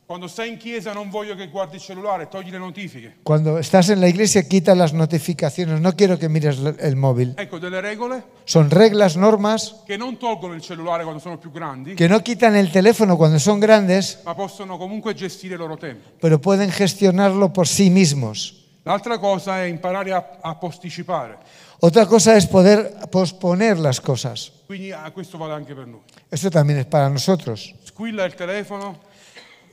Quando stai in chiesa non voglio che guardi il cellulare, togli le notifiche.
Cuando estás en la iglesia quita las notificaciones. No quiero que mires la- el móvil.
Ecco, delle regole
Son reglas, normas
che non tolgono il cellulare quando sono più grandi,
que no quitan el teléfono cuando son grandes,
ma possono comunque gestire il loro tempo.
pero pueden gestionarlo por sí mismos.
L'altra cosa è imparare a, a posticipare,
Otra cosa es poder posponer las cosas.
quindi ah, questo vale anche per noi.
Esto también es para nosotros.
Squilla il telefono,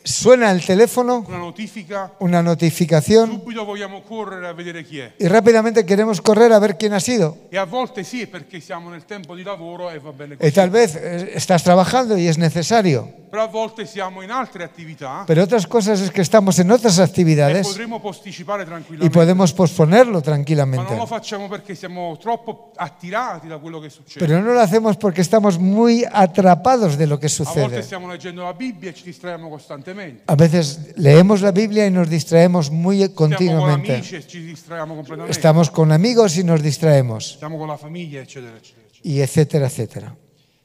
Suena el teléfono,
una notifica,
una notificación
subito vogliamo correre a vedere chi è.
y rápidamente queremos correr a ver quién ha sido.
E a volte sì, perché siamo nel tempo di lavoro e va bene
Y
così.
tal vez eh, estás trabajando y es necesario,
Però a volte siamo in altre attività
pero otras cosas es que estamos en otras
e
actividades
potremmo posticipare
y
tranquillamente.
podemos posponerlo
Ma
tranquilamente.
non lo facciamo perché siamo troppo attirati da quello che succede.
Pero no lo hacemos porque estamos muy atrapados de lo que
A volte
sucede.
stiamo leggendo la Bibbia e ci distraiamo costantemente.
A veces leemos la Biblia y nos distraemos muy
Stiamo con
continuamente.
amici e ci distraiamo completamente.
Estamos con amigos y nos distraemos,
Stiamo con la famiglia, eccetera, eccetera. eccetera.
y etcétera, etcétera.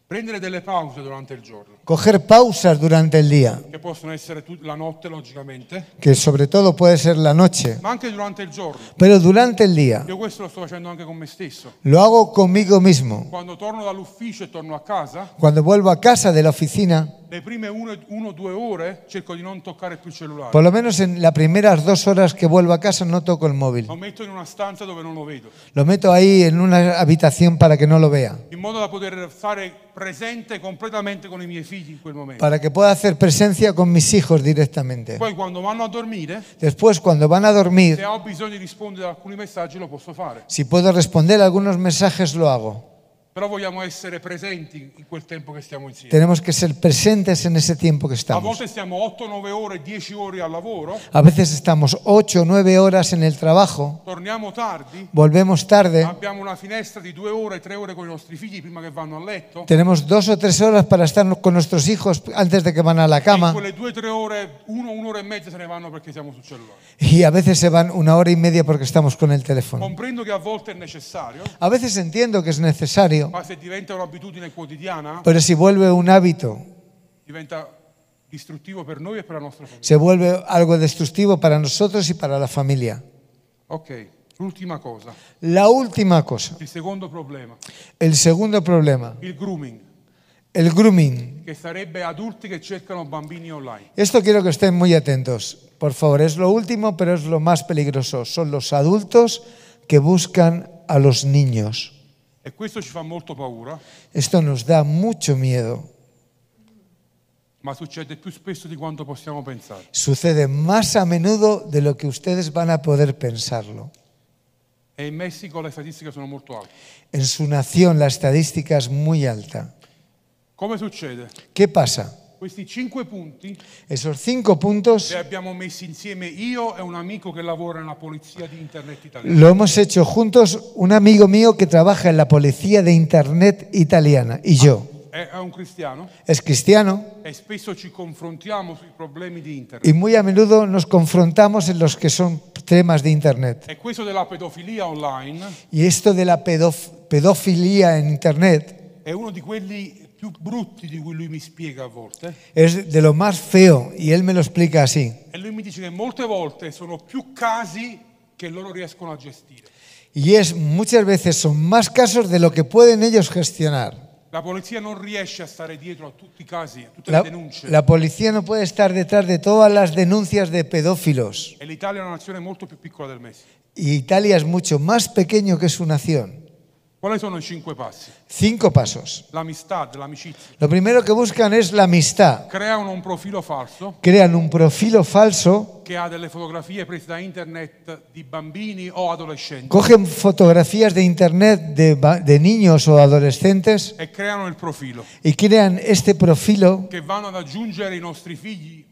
Prendere delle pause durante il giorno,
Coger pausas durante el día,
che possono essere tut- la notte logicamente,
que sobre todo puede ser la noche,
ma anche durante il giorno.
pero durante el día
Io questo lo sto facendo anche con me stesso.
lo hago conmigo mismo.
Quando torno dall'ufficio e torno a casa,
Cuando vuelvo a casa de la oficina,
le prime uno- uno o due ore cerco di non toccare più il cellulare.
por lo menos en las primeras dos horas que vuelvo a casa no toco el móvil.
Lo metto in una stanza dove non lo vedo,
Lo meto ahí en una habitación para que no lo vea,
in modo da poter stare presente completamente con i miei figli in quel momento.
para que pueda hacer presencia con mis hijos directamente.
Poi quando vanno a dormire,
Después, cuando van a
se
dormir,
ho bisogno di rispondere ad alcuni messaggi lo posso fare.
si puedo responder algunos mensajes, lo hago.
Però vogliamo essere presenti in quel tempo che stiamo insieme.
Tenemos que ser presentes en ese tiempo que
A
estamos.
volte stiamo 8, 9 ore, 10 ore al lavoro,
A veces estamos ocho o nueve horas en el trabajo,
torniamo tardi,
volvemos tarde,
abbiamo una finestra di 2 ore, 3 ore con i nostri figli prima che vanno a letto.
tenemos dos o tres horas para estar con nuestros hijos antes de que van a la
E in
cama
quelle 2-3 ore, 1 un'ora e mezza se ne vanno perché siamo sul cellulare.
y a veces se van una hora y media porque estamos con el teléfono.
Comprendo che a volte è necessario,
A veces entiendo que es necesario, pequeño,
Ma se diventa un'abitudine quotidiana,
pero si vuelve un hábito,
diventa distruttivo per noi e per la nostra famiglia.
se vuelve algo destructivo para nosotros y para la familia.
Ok, l'ultima cosa,
La última cosa,
il secondo problema,
el segundo problema,
il grooming,
el grooming.
che sarebbe adulti che cercano bambini online.
Esto quiero que estén muy atentos, por favor, es lo último, pero es lo más peligroso. Son los adultos que buscan a los niños.
E questo ci fa molto paura,
Esto nos da mucho miedo.
ma succede più spesso di quanto possiamo pensare.
Sucede más a menudo de lo que ustedes van a poder pensarlo.
E in Messico le statistiche sono molto alte.
En su nación la estadística es muy alta.
Come succede?
¿Qué pasa?
Questi cinque punti
Esos cinco puntos
li abbiamo messi insieme io e un amico che lavora nella polizia di internet italiana.
lo hemos hecho juntos un amigo mío que trabaja en la policía de Internet italiana y yo.
È è un cristiano
Es cristiano
e spesso ci confrontiamo sui problemi di internet.
y muy a menudo nos confrontamos en los que son temas de Internet.
E questo della pedofilia online
Y esto de la pedof- pedofilia en Internet
è uno di quelli più brutti di cui lui mi spiega a volte.
es de lo más feo y él me lo explica así.
E lui mi dice che molte volte sono più casi che loro riescono a gestire.
Y es muchas veces son más casos de lo que pueden ellos gestionar.
La polizia non riesce a stare dietro a tutti i casi, a tutte
La,
le denunce.
la policía no puede estar detrás de todas las denuncias de pedófilos.
E l'Italia è una nazione molto più piccola del Messico.
Y Italia es mucho más pequeño que su nación.
Quali sono i cinque passi?
Cinco pasos.
L'amistà, l'amicizia.
Lo primero que buscan es la amistad.
Creano un profilo falso
Crean un profilo falso,
che ha delle fotografie prese da internet di bambini o adolescenti
cogen fotografías de internet de, ba- de niños o adolescentes
e creano il profilo
y crean este profilo
che vanno ad aggiungere i nostri figli.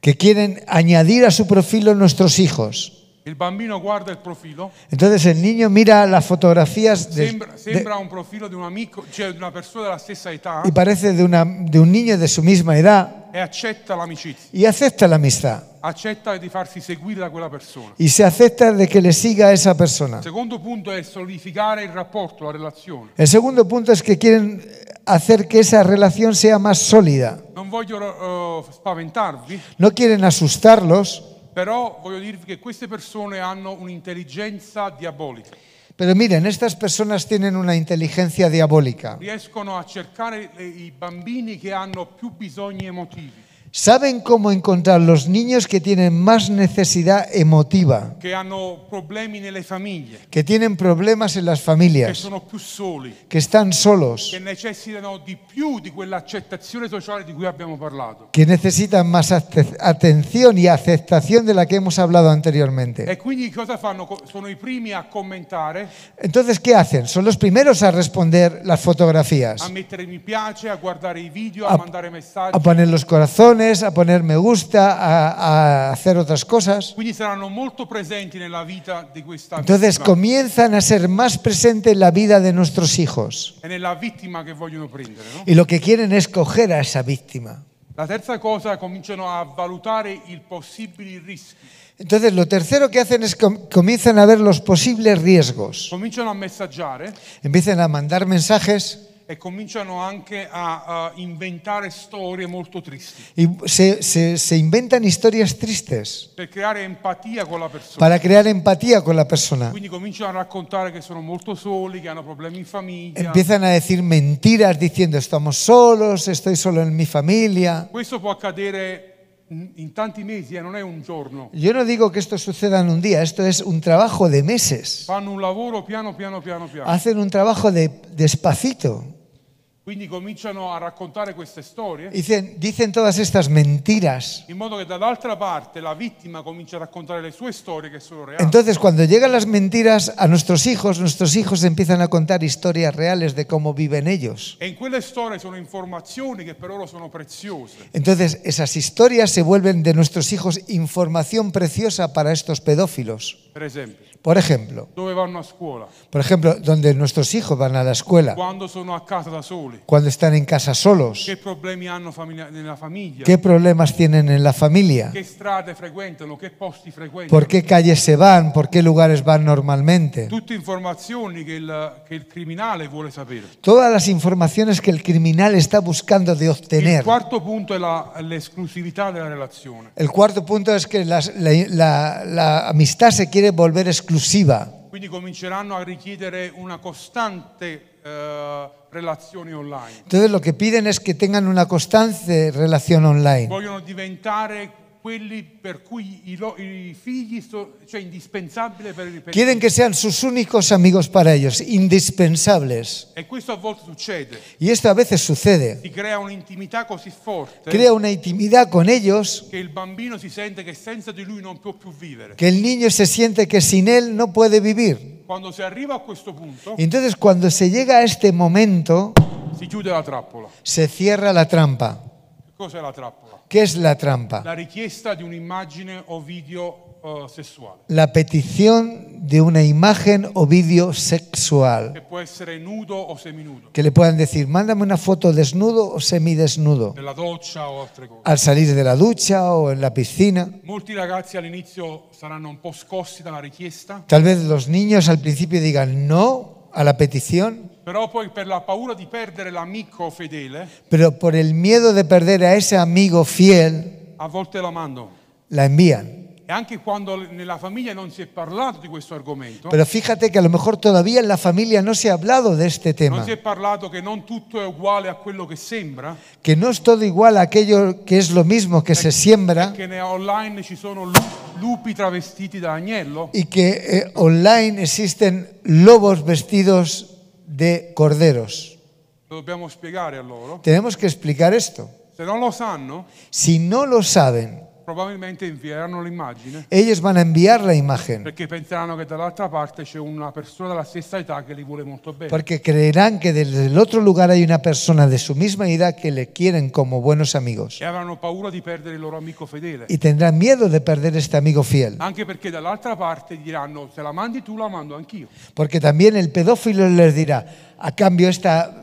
que quieren añadir a su profilo nuestros hijos.
Il bambino guarda il profilo,
Entonces el niño mira las fotografías de-
sembra,
de-
sembra un profilo di un amico, cioè di una persona della stessa età
y parece de, una- de un niño de su misma edad
e accetta l'amicizia,
y acepta la amistad
accetta di farsi seguire da quella persona.
y se acepta de que le siga a esa persona.
Il secondo punto è solidificare il rapporto, la relazione.
El segundo punto es que quieren hacer que esa relación sea más sólida.
Non voglio eh, spaventarvi,
No quieren asustarlos,
però voglio dirvi che queste persone hanno un'intelligenza diabolica.
pero miren, estas personas tienen una inteligencia diabólica.
riescono a cercare le- i bambini che hanno più bisogni emotivi,
Saben cómo encontrar los niños que tienen más necesidad emotiva,
che hanno problemi nelle famiglie,
que tienen problemas en las
che
familias,
sono più soli,
que están solos.
che necessitano di più di quell'accettazione sociale di cui abbiamo parlato.
que necesitan más ace- atención y aceptación de la que hemos hablado anteriormente.
E quindi cosa fanno? Co- Sono i primi a commentare,
Entonces, ¿qué hacen? Son los primeros a responder las
a
fotografías,
mettere mi piace, a guardare i video,
A-
a mandare messaggi.
a poner los corazones, a poner me gusta, a, a hacer otras cosas.
Quindi saranno molto presenti nella vita di questa
Entonces
vittima
comienzan a ser más presentes en la vida de nuestros hijos
e nella vittima che vogliono prendere. no?
y lo que quieren es coger a esa víctima.
La terza cosa, cominciano a valutare i possibili rischi.
Entonces lo tercero que hacen es com- comienzan a ver los posibles riesgos,
cominciano a messaggiare
empiezan a mandar mensajes
e cominciano anche a, eh, inventare storie molto tristi
y se- se- se inventan historias tristes.
per creare empatia con la persona.
para crear empatía con la persona.
Quindi cominciano a raccontare che sono molto soli, che hanno problemi in famiglia.
Empiezan a decir mentiras diciendo estamos solos, estoy solo en mi familia.
Questo può accadere in, in tanti mesi, eh, non è un giorno.
Yo no digo que esto suceda en un día, esto es un trabajo de meses.
Fanno un lavoro piano piano piano piano.
Hacen un trabajo de despacito.
Quindi cominciano a raccontare queste storie
Dicen, dicen todas estas mentiras.
in modo che dall'altra parte la vittima comincia a raccontare le sue storie che sono reali.
Entonces, cuando llegan las mentiras a nuestros hijos, nuestros hijos empiezan a contar historias reales de cómo viven ellos.
E in quelle storie sono informazioni che per loro sono preziose.
Entonces, esas historias se vuelven de nuestros hijos información preciosa para estos pedófilos.
Per esempio,
Por ejemplo,
dove vanno a scuola,
por ejemplo, donde nuestros hijos van a la escuela,
quando sono a casa da soli,
cuando están en casa solos,
che problemi hanno famiglia- nella famiglia,
qué problemas tienen en la familia,
che strade frequentano, che posti frequentano.
por qué calles se van, por qué lugares van normalmente.
Tutte informazioni che il, che il criminale vuole sapere.
Todas las informaciones que el criminal está buscando de
Il
obtener.
quarto punto è la- l'esclusività della relazione.
El cuarto punto es que las- la, la- la amistad se quiere volver exclusiva.
Quindi cominceranno a richiedere una costante eh, relazione online.
Entonces lo que piden es que tengan una constante relación online.
Vogliono diventare quelli per cui i, lo- i figli sono cioè indispensabile per il per-
Quieren que sean sus únicos amigos para ellos, indispensables.
E questo a volte succede.
Y esto a veces sucede.
Si crea un'intimità così forte
Crea una intimidad con ellos
che il bambino si sente che senza di lui non può più vivere.
que el niño se siente que sin él no puede vivir.
Quando si arriva a questo punto
Y entonces cuando se llega a este momento,
si chiude la trappola.
se cierra la trampa.
Che Cos'è la trappola?
¿Qué es la trampa?
La richiesta di un'immagine o video eh, sessuale,
La petición de una imagen o vídeo sexual.
che può essere nudo o seminudo,
Que le puedan decir, mándame una foto desnudo o semidesnudo,
nella doccia o altre cose.
al salir de la ducha o en la piscina.
Molti ragazzi all'inizio saranno un po' scossi dalla richiesta,
Tal vez los niños al principio digan no a la petición,
però poi per la paura di perdere l'amico fedele,
pero por el miedo de perder a ese amigo fiel,
a volte la mandano.
la envían.
E anche quando l- nella famiglia non si è parlato di questo argomento,
Pero fíjate que a lo mejor todavía en la familia no se ha hablado de este
non
tema,
si è parlato che non tutto è uguale a quello che sembra,
que no es todo igual a aquello que es lo mismo que se siembra
che ne- online ci sono lu- lupi travestiti da agnello,
y que eh, online existen lobos vestidos de corderos.
lo dobbiamo spiegare a loro.
Tenemos que explicar esto.
Se non lo sanno,
Si no lo saben,
probabilmente invieranno l'immagine
ellos van a enviar la imagen,
perché penseranno che dall'altra parte c'è una persona della stessa età che li vuole molto bene.
porque creerán que desde el otro lugar hay una persona de su misma edad que le quieren como buenos amigos
E avranno paura di perdere il loro amico fedele.
y tendrán miedo de perder este amigo fiel,
Anche perché dall'altra parte gli diranno se la mandi tu la mando anch'io.
porque también el pedófilo les dirá, a cambio esta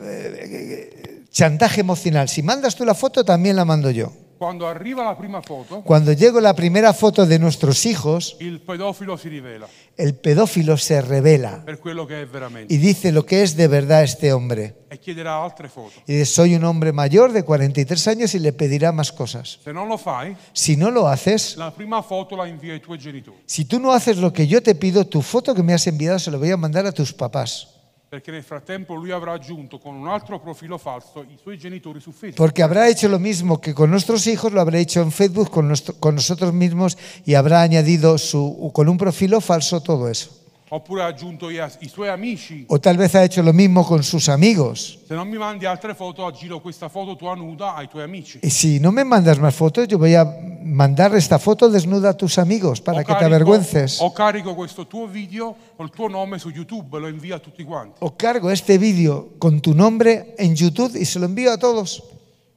eh, chantaje emocional, si mandas tú la foto también la mando yo.
Quando arriva la prima foto,
Cuando llego la primera foto de nuestros hijos,
il pedofilo si rivela
el pedófilo se revela
per quello che è veramente
y dice lo que es de verdad este hombre.
e chiederà altre foto.
Y dice, soy un hombre mayor de 43 años y le pedirá más cosas.
Se non lo fai,
Si no lo haces,
la prima foto la invia ai tuoi genitori
si tú no haces lo que yo te pido, tu foto que me has enviado se la voy a mandar a tus papás.
perché nel frattempo lui avrà aggiunto con un altro profilo falso i suoi genitori su Facebook.
Porque habrá hecho lo mismo que con nuestros hijos, lo habrá hecho en Facebook con, nuestro- con nosotros mismos y habrá añadido su, con un profilo falso todo eso.
Oppure ha aggiunto i i suoi amici
O tal vez ha hecho lo mismo con sus amigos.
Se non mi mandi altre foto, aggiro questa foto tua nuda ai tuoi amici.
Y si no me mandas más fotos, yo voy a mandar esta foto desnuda a tus amigos para que te avergüences.
o carico questo tuo video col tuo nome su YouTube e lo invio a tutti quanti.
O cargo este vídeo con tu nombre en YouTube y se lo envío a todos.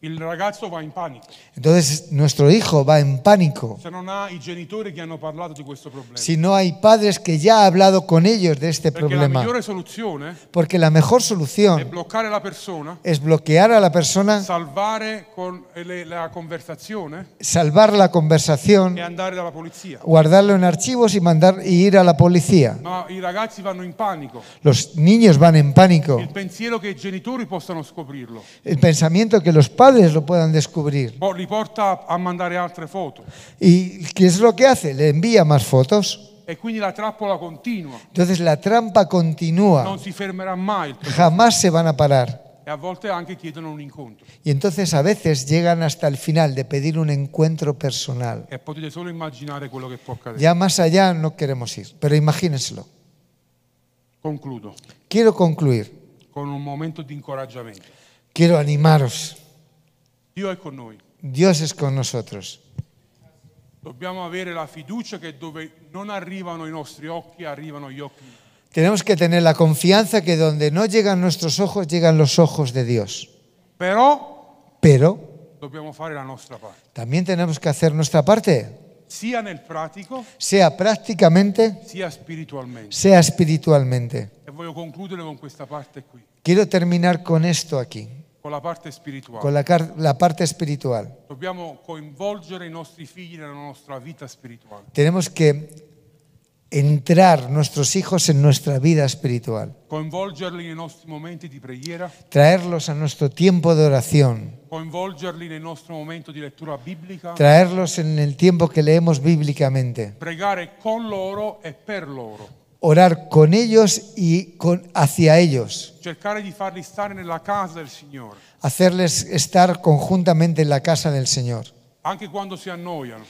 Il ragazzo va in panico
Entonces nuestro hijo va en pánico.
se non ha i genitori che hanno parlato di questo problema.
Si no hay padres que ya ha hablado con ellos de este
Perché la Eh,
problema. Ah.
migliore soluzione
Porque la mejor
è
solución
bloccare la persona,
es bloquear a la persona,
salvare con- le- la conversazione
salvar la conversación,
e andare dalla polizia.
guardarlo en archivos y mandar y ir a la policía.
Ma i ragazzi vanno in panico.
Los niños van en pánico.
Il pensiero che i genitori possano scoprirlo
El pensamiento que los padres lo puedan descubrir.
poi li porta a mandare altre foto.
¿Y qué es lo que hace? Le envía más fotos.
E quindi la trappola continua.
Entonces la trampa continúa.
non si fermerà mai
Jamás se van a parar.
e a volte anche chiedono un incontro.
Y entonces a veces llegan hasta el final de pedir un encuentro personal.
E potete solo immaginare quello che può accadere.
Ya más allá no queremos ir, pero imagínenselo.
Concludo
Quiero concluir,
con un momento di incoraggiamento.
quiero animaros.
Dio è con noi.
Dios es con nosotros.
Dobbiamo avere la fiducia che dove non arrivano i nostri occhi, arrivano gli occhi.
Tenemos que tener la confianza que donde no llegan nuestros ojos, llegan los ojos de Dios.
Però
Pero
dobbiamo fare la nostra parte.
también tenemos que hacer nuestra parte.
sia nel pratico
sea prácticamente,
sia spiritualmente.
sea espiritualmente.
E voglio concludere con questa parte qui,
Quiero terminar con esto aquí,
con la parte spirituale.
con la, car- la parte espiritual.
Dobbiamo coinvolgere i nostri figli nella nostra vita spirituale.
Tenemos que entrar nuestros hijos en nuestra vida espiritual,
coinvolgerli nei nostri momenti di preghiera,
traerlos a nuestro tiempo de oración,
coinvolgerli nel nostro momento di lettura biblica,
traerlos en el tiempo que leemos bíblicamente,
pregare con loro e per loro,
orar con ellos y con, hacia ellos,
cercare di farli stare nella casa del Signore,
hacerles estar conjuntamente en la casa del Señor,
anche quando si annoiano.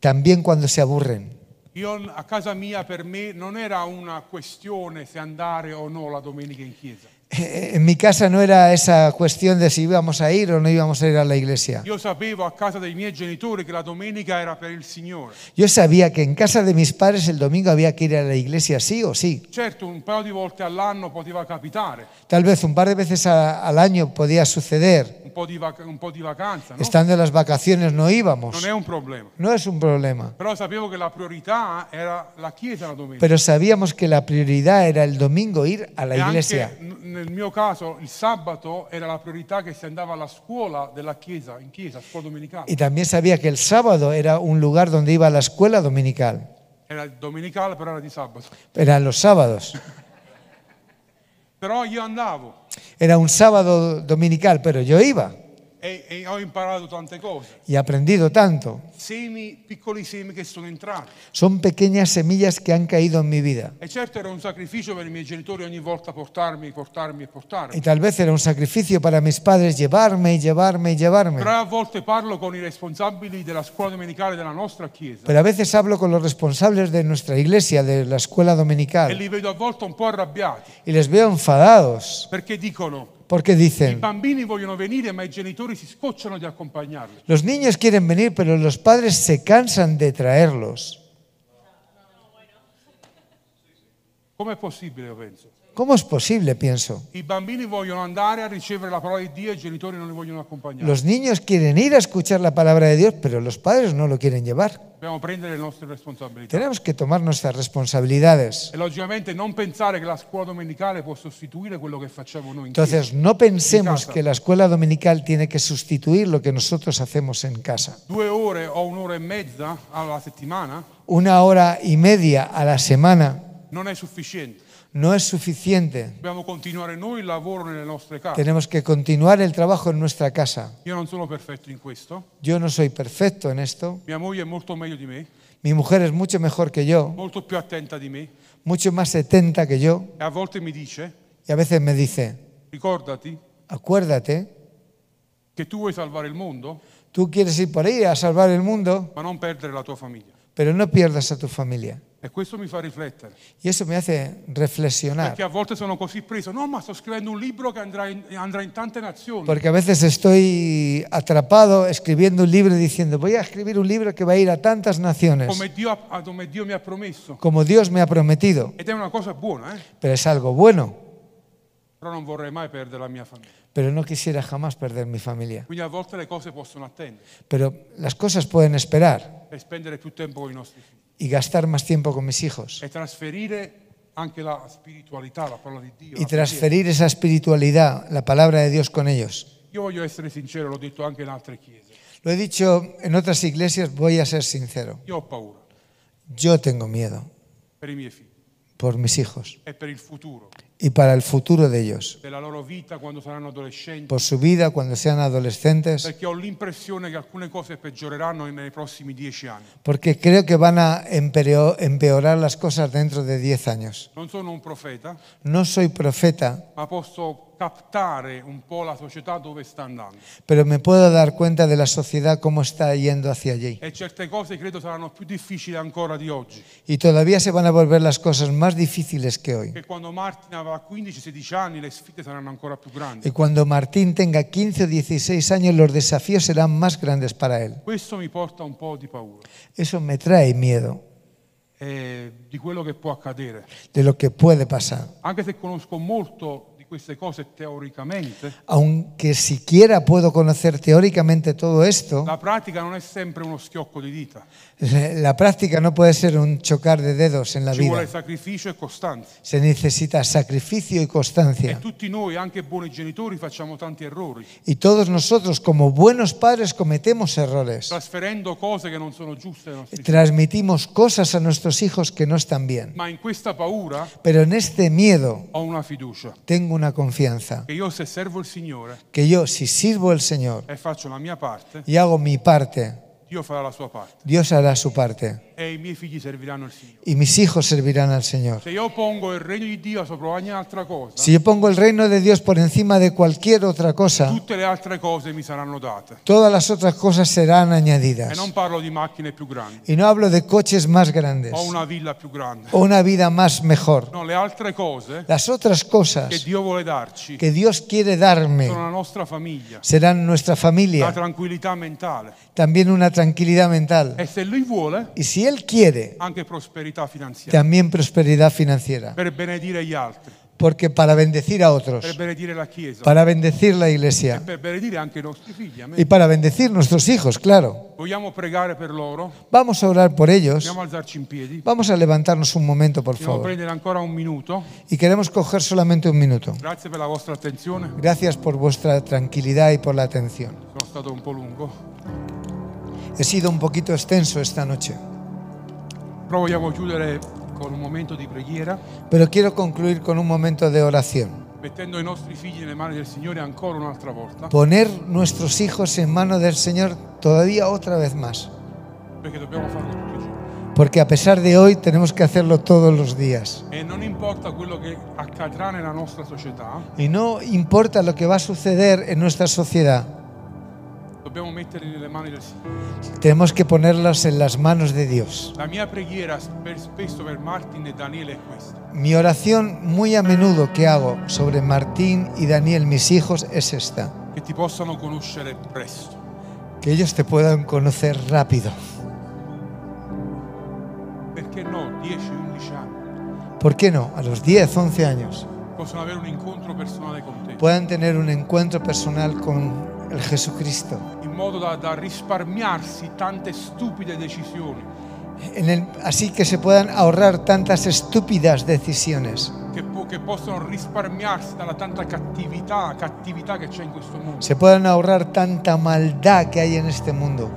también cuando se aburren.
Io a casa mia per me non era una questione se andare o no la domenica in chiesa.
Eh, En mi casa no era esa cuestión de si íbamos a ir o no íbamos a ir a la iglesia.
Io sapevo a casa dei miei genitori che la domenica era per il Signore.
Yo sabía que en casa de mis padres el domingo había que ir a la iglesia sí o sí.
Certo, un paio di volte all'anno poteva capitare,
Tal vez un par de veces a- al año podía suceder.
un po' di, vac- un po' di vacanza, no?
Estando en las vacaciones no íbamos.
Non è un problema.
No es un problema.
Però sapevo che la priorità era la chiesa la domenica.
Pero sabíamos que la prioridad era el domingo ir a la
E anche
iglesia.
n- nel mio caso il sabato era la priorità che si andava alla scuola della chiesa, in chiesa, scuola domenicale.
Y también sabía que el sábado era un lugar donde iba a la escuela dominical.
Era il domenicale però era di sabato.
Eran los sábados.
Però io andavo
Era un sábado dominical, pero yo iba
e, e ho imparato tante cose.
y he aprendido tanto.
Semi, piccoli semi che sono entrati.
Son pequeñas semillas que han caído en mi vida.
E certo era un sacrificio per i miei genitori ogni volta portarmi, portarmi e portarmi.
Y tal vez era un sacrificio para mis padres llevarme y llevarme y llevarme.
Però a volte parlo con i responsabili della scuola domenicale della nostra chiesa
Pero a veces hablo con los responsables de nuestra iglesia, de la escuela
e
dominical,
li vedo a volte un po' arrabbiati
y les veo enfadados
perché dicono
porque
I
dicen,
bambini vogliono venire, ma i genitori si scocciano di accompagnarli.
los niños quieren venir, pero los padres se cansan de traerlos.
Com'è possibile, io penso?
¿Cómo es posible, pienso?
I bambini vogliono andare a ricevere la parola di Dio e i genitori non li vogliono accompagnare.
Los niños quieren ir a escuchar la palabra de Dios, pero los padres no lo quieren llevar.
Dobbiamo prendere le nostre responsabilità.
Tenemos que tomar nuestras responsabilidades.
E logicamente non pensare che la scuola domenicale può sostituire quello che facciamo noi in chiesa.
Entonces, no pensemos que la escuela dominical tiene que sustituir lo que nosotros hacemos en casa.
Due ore o un'ora e mezza alla settimana
Una hora y media a la semana
non è sufficiente.
no es suficiente.
Dobbiamo continuare noi il lavoro nelle nostre case.
Tenemos que continuar el trabajo en nuestra casa.
Io non sono perfetto in questo.
Yo no soy perfecto en esto.
Mia moglie è molto meglio di me,
Mi mujer es mucho mejor que yo,
molto più attenta di me
mucho más atenta que yo.
e a volte mi dice,
Y a veces me dice,
ricordati
acuérdate,
che tu vuoi salvare il mondo,
tú quieres ir por ahí a salvar el mundo,
ma non perdere la tua famiglia.
pero no pierdas a tu familia.
E questo mi fa riflettere,
Y eso me hace reflexionar.
perché a volte sono così preso, no ma sto scrivendo un libro che andrà in, andrà in tante nazioni,
Porque a veces estoy atrapado escribiendo un libro y diciendo, voy a escribir un libro que va a ir a tantas naciones,
come Dio, ha- come Dio mi ha promesso.
como Dios me ha prometido.
Ed è una cosa buona, eh?
Pero es algo bueno,
però non vorrei mai perdere la mia famiglia.
pero no quisiera jamás perder mi familia.
Quindi a volte le cose possono attendere
Pero las cosas pueden esperar
e spendere più tempo con i nostri figli
y gastar más tiempo con mis hijos
e trasferire anche la spiritualità, la parola di Dio.
y
la preghiera.
transferir esa espiritualidad, la palabra de Dios con ellos.
Io voglio essere sincero, l'ho detto anche in altre chiese,
Lo he dicho en otras iglesias, voy a ser sincero.
io ho paura
Yo tengo miedo
per i miei figli
por mis hijos
e per il futuro,
y para el futuro de ellos,
della loro vita quando saranno adolescenti.
por su vida cuando sean adolescentes.
perché ho l'impressione che alcune cose peggioreranno nei prossimi dieci anni.
Porque creo que van a empeoró- empeorar las cosas dentro de 10 años.
Non sono un profeta,
No soy profeta,
ma posso captare un po' la società dove sta andando.
pero me puedo dar cuenta de la sociedad cómo está yendo hacia allí.
E certe cose credo saranno più difficili ancora di oggi,
Y todavía se van a volver las cosas más difíciles que hoy.
che quando Martin aveva 15-16 anni le sfide saranno ancora più grandi.
Y cuando Martín tenga 15 o 16 años, los desafíos serán más grandes para él.
Questo mi porta un po' di paura
Eso me trae miedo
eh, di quello che può accadere,
de lo que puede pasar.
anche se conosco molto di di queste cose teoricamente,
aunque siquiera puedo conocer teóricamente todo esto,
la pratica non è sempre uno schiocco di dita,
la práctica no puede ser un chocar de dedos en la
ci vuole
vida.
sacrificio e costanza.
Se necesita sacrificio y
E
constancia.
tutti noi, anche buoni genitori, facciamo tanti errori,
Y todos nosotros, como buenos padres, cometemos errores.
trasferendo cose che non sono giuste ai nostri figli.
Transmitimos cosas a nuestros hijos que no están bien.
Ma in questa paura
Pero en este miedo
ho una fiducia,
tengo una confianza,
che io se servo il Signore
que yo si sirvo al Señor
e faccio la mia parte,
y hago mi parte,
Dio farà la sua parte
Dios hará su parte
e i miei figli serviranno il Signore.
y mis hijos servirán al Señor.
Se io pongo il regno di Dio sopra ogni altra cosa,
Si yo pongo el reino de Dios por encima de cualquier otra cosa,
tutte le altre cose mi saranno date.
todas las otras cosas serán
E
añadidas.
non parlo di macchine più grandi
Y no hablo de coches más grandes
o una villa più grande.
o una vida más mejor.
No, le altre cose
Las otras
che
cosas
Dio vuole darci
que Dios quiere darme
sono la nostra famiglia,
serán nuestra
la
familia,
tranquillità mentale
también una tranquilidad mental.
e se Lui vuole
Y si Él quiere,
anche prosperità finanziaria
también prosperidad financiera.
per benedire gli altri,
Porque para bendecir a
per
otros,
benedire la Chiesa
para bendecir la
e
iglesia
per benedire anche i nostri figli. Amen.
y para bendecir nuestros hijos, claro.
Vogliamo pregare per loro?
Vamos a orar por ellos.
Vogliamo alzarci in piedi?
Vamos a levantarnos un momento, por
Dobbiamo
favor.
prendere ancora un minuto.
Y queremos coger solamente un minuto.
Grazie per la vostra attenzione,
Gracias por vuestra tranquilidad y por la atención.
sono stato un po' lungo.
He sido un poquito extenso esta noche,
Però vogliamo chiudere con un momento di preghiera,
pero quiero concluir con un momento de oración.
mettendo i nostri figli nelle mani del Signore ancora un'altra volta,
Poner nuestros hijos en manos del Señor todavía otra vez más,
perché dobbiamo farlo tutti i giorni.
porque a pesar de hoy tenemos que hacerlo todos los días.
E non importa quello che accadrà nella nostra società,
Y no importa lo que va a suceder en nuestra sociedad,
dobbiamo metterli nelle mani del Signore.
tenemos que ponerlas en las manos de Dios.
La mia preghiera per- spesso per Martin e Daniele è questa.
Mi oración muy a menudo que hago sobre Martín y Daniel, mis hijos, es esta.
Che ti possano conoscere presto.
Que ellos te puedan conocer rápido.
Perché no? 10-11 anni.
¿Por qué no? A los 10, 11 años.
Possono avere un incontro personale con te.
Puedan tener un encuentro personal con el Jesucristo.
in modo da, da risparmiarsi tante stupide decisioni
En el- así que se puedan ahorrar tantas estúpidas decisiones.
che, po- che possono risparmiarsi dalla tanta cattività, cattività che c'è in questo mondo,
Se puedan ahorrar tanta maldad que hay en este mundo.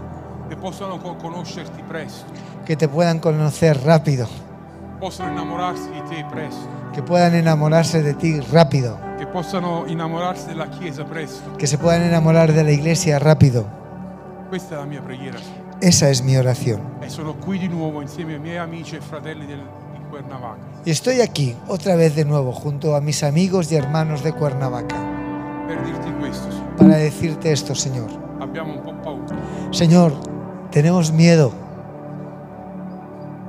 che possono co- conoscerti presto,
Que te puedan conocer rápido.
possono innamorarsi di te presto,
Que puedan enamorarse de ti rápido.
che possano innamorarsi della Chiesa presto.
Que se puedan enamorar de la iglesia rápido.
Questa è la mia preghiera. Signore.
Esa es mi oración.
E sono qui di nuovo insieme ai miei amici e fratelli del- di Cuernavaca
Y estoy aquí otra vez de nuevo junto a mis amigos y hermanos de Cuernavaca.
per dirti questo. Signore.
para decirte esto, Señor.
Abbiamo un po' paura,
Señor, tenemos miedo,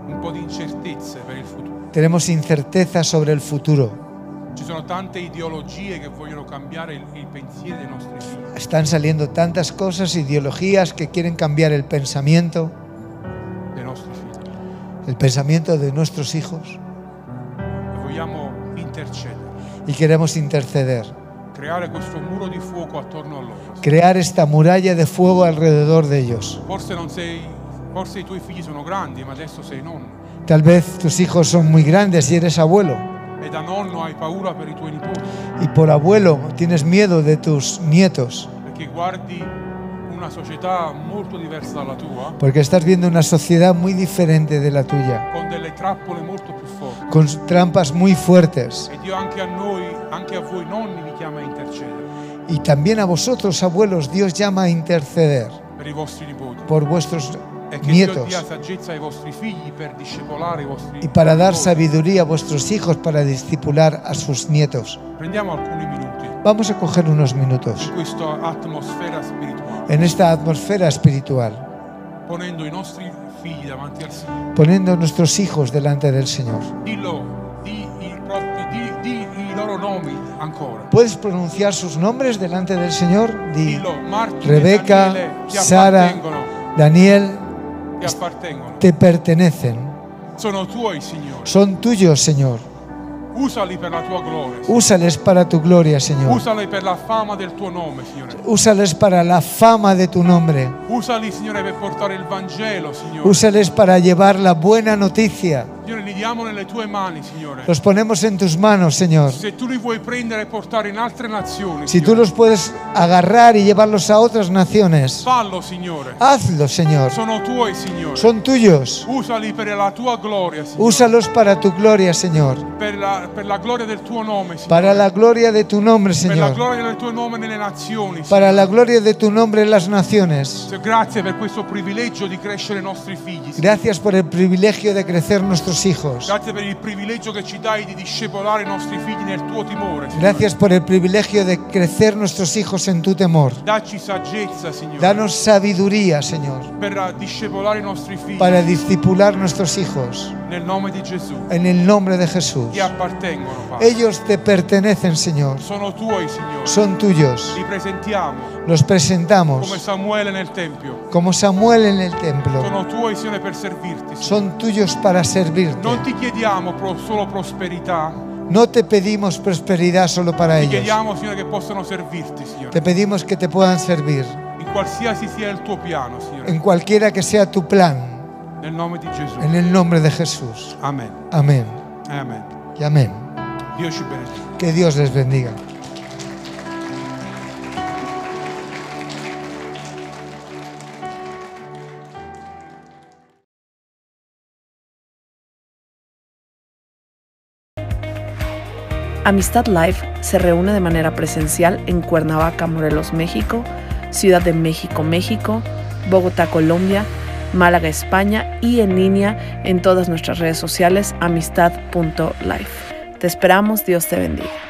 un po' di incertezze per il futuro.
tenemos incerteza sobre el futuro.
Ci sono tante ideologie che vogliono cambiare il, il pensiero dei nostri figli.
Están saliendo tantas cosas, ideologías que quieren cambiar el pensamiento,
dei nostri figli
el pensamiento de nuestros hijos
e vogliamo intercedere,
y queremos interceder,
creare questo muro di fuoco attorno a loro.
crear esta muralla de fuego alrededor de ellos.
Forse, non sei, forse i tuoi figli sono grandi, ma adesso sei nonno
Tal vez tus hijos son muy grandes y eres abuelo
e da nonno hai paura per i tuoi nipoti
y por abuelo tienes miedo de tus nietos
perché guardi una società molto diversa dalla tua,
porque estás viendo una sociedad muy diferente de la tuya,
con delle trappole molto più forti.
con trampas muy fuertes.
E Dio anche a noi, anche a voi nonni vi chiama a intercedere
Y también a vosotros, abuelos, Dios llama a interceder
per i vostri nipoti.
por vuestros
E che Dio dia
nietos
saggezza ai vostri figli per discepolare i vostri
y para dar
nipoti.
sabiduría a vuestros hijos para discipular a sus nietos.
Prendiamo alcuni minuti
Vamos a coger unos
in
minutos
questa atmosfera spirituale.
en esta atmosfera espiritual,
ponendo i nostri figli davanti al Signore.
poniendo a nuestros hijos delante del Señor.
Dillo, di i, propri- di- di i loro nomi ancora.
¿Puedes pronunciar sus nombres delante del Señor? Di
Dillo, Marti e Daniele,
Rebeca,
ti appartengono,
Sara, Daniel,
ti appartengono.
te pertenecen.
Sono tuoi, Signore.
Son tuyos, Señor.
Usali per la tua gloria. Signore.
Úsales para tu gloria, Señor.
Usali per la fama del tuo nome, Signore.
Úsales para la fama de tu nombre.
Usali, Signore, per portare il Vangelo, Signore.
Úsales para llevar la buena noticia.
Signore, li diamo nelle tue mani, Signore.
Los ponemos en tus manos, Señor.
Se tu li vuoi prendere e portare in altre nazioni,
Si tú
Signore,
los puedes agarrar y llevarlos a otras naciones,
fallo, Signore.
Ah. hazlo, Señor.
Sono tuoi, Signore.
Son tuyos.
Usali per la tua gloria, Signore.
Úsalos para tu gloria, Señor.
Per la, per la gloria del tuo nome, Signore.
Para la gloria de tu nombre,
Per la
Señor.
gloria del tuo nome nelle nazioni, Signore.
Para la gloria de tu nombre en las naciones.
Grazie per questo privilegio di crescere i nostri figli. Signore.
Gracias por el privilegio de crecer nuestros hijos.
Grazie per il privilegio che ci dai di discepolare i nostri figli nel tuo timore. Signore.
Gracias por el privilegio de crecer nuestros hijos en tu temor.
Dacci saggezza, Signore,
Danos sabiduría, Señor,
per eh, discepolare i nostri figli
para discipular nuestros hijos
nel nome di Gesù.
en el nombre de Jesús.
Ti appartengono, Padre.
Ellos te pertenecen, Señor.
Sono tuoi, Signore.
Son tuyos.
Li presentiamo
Los
come
presentamos
Samuele nel Tempio.
como Samuel en el templo.
Sono tuoi, Signore, per servirti. Signore.
Son tuyos para servirte.
Non ti chiediamo pro- solo prosperità,
No te pedimos prosperidad solo para
ti
ellos.
chiediamo, Signore, che possano servirti, Signore.
Te pedimos que te puedan servir
In qualsiasi sia il tuo piano, Signore.
en cualquiera que sea tu plan,
Nel nome di Gesù.
en el nombre de Jesús.
Amen.
Amén
Amen.
y amén.
Dio ci benedica.
Que Dios les bendiga.
Amistad Life se reúne de manera presencial en Cuernavaca, Morelos, México, Ciudad de México, México, Bogotá, Colombia, Málaga, España y en línea en todas nuestras redes sociales amistad.life. Te esperamos, Dios te bendiga.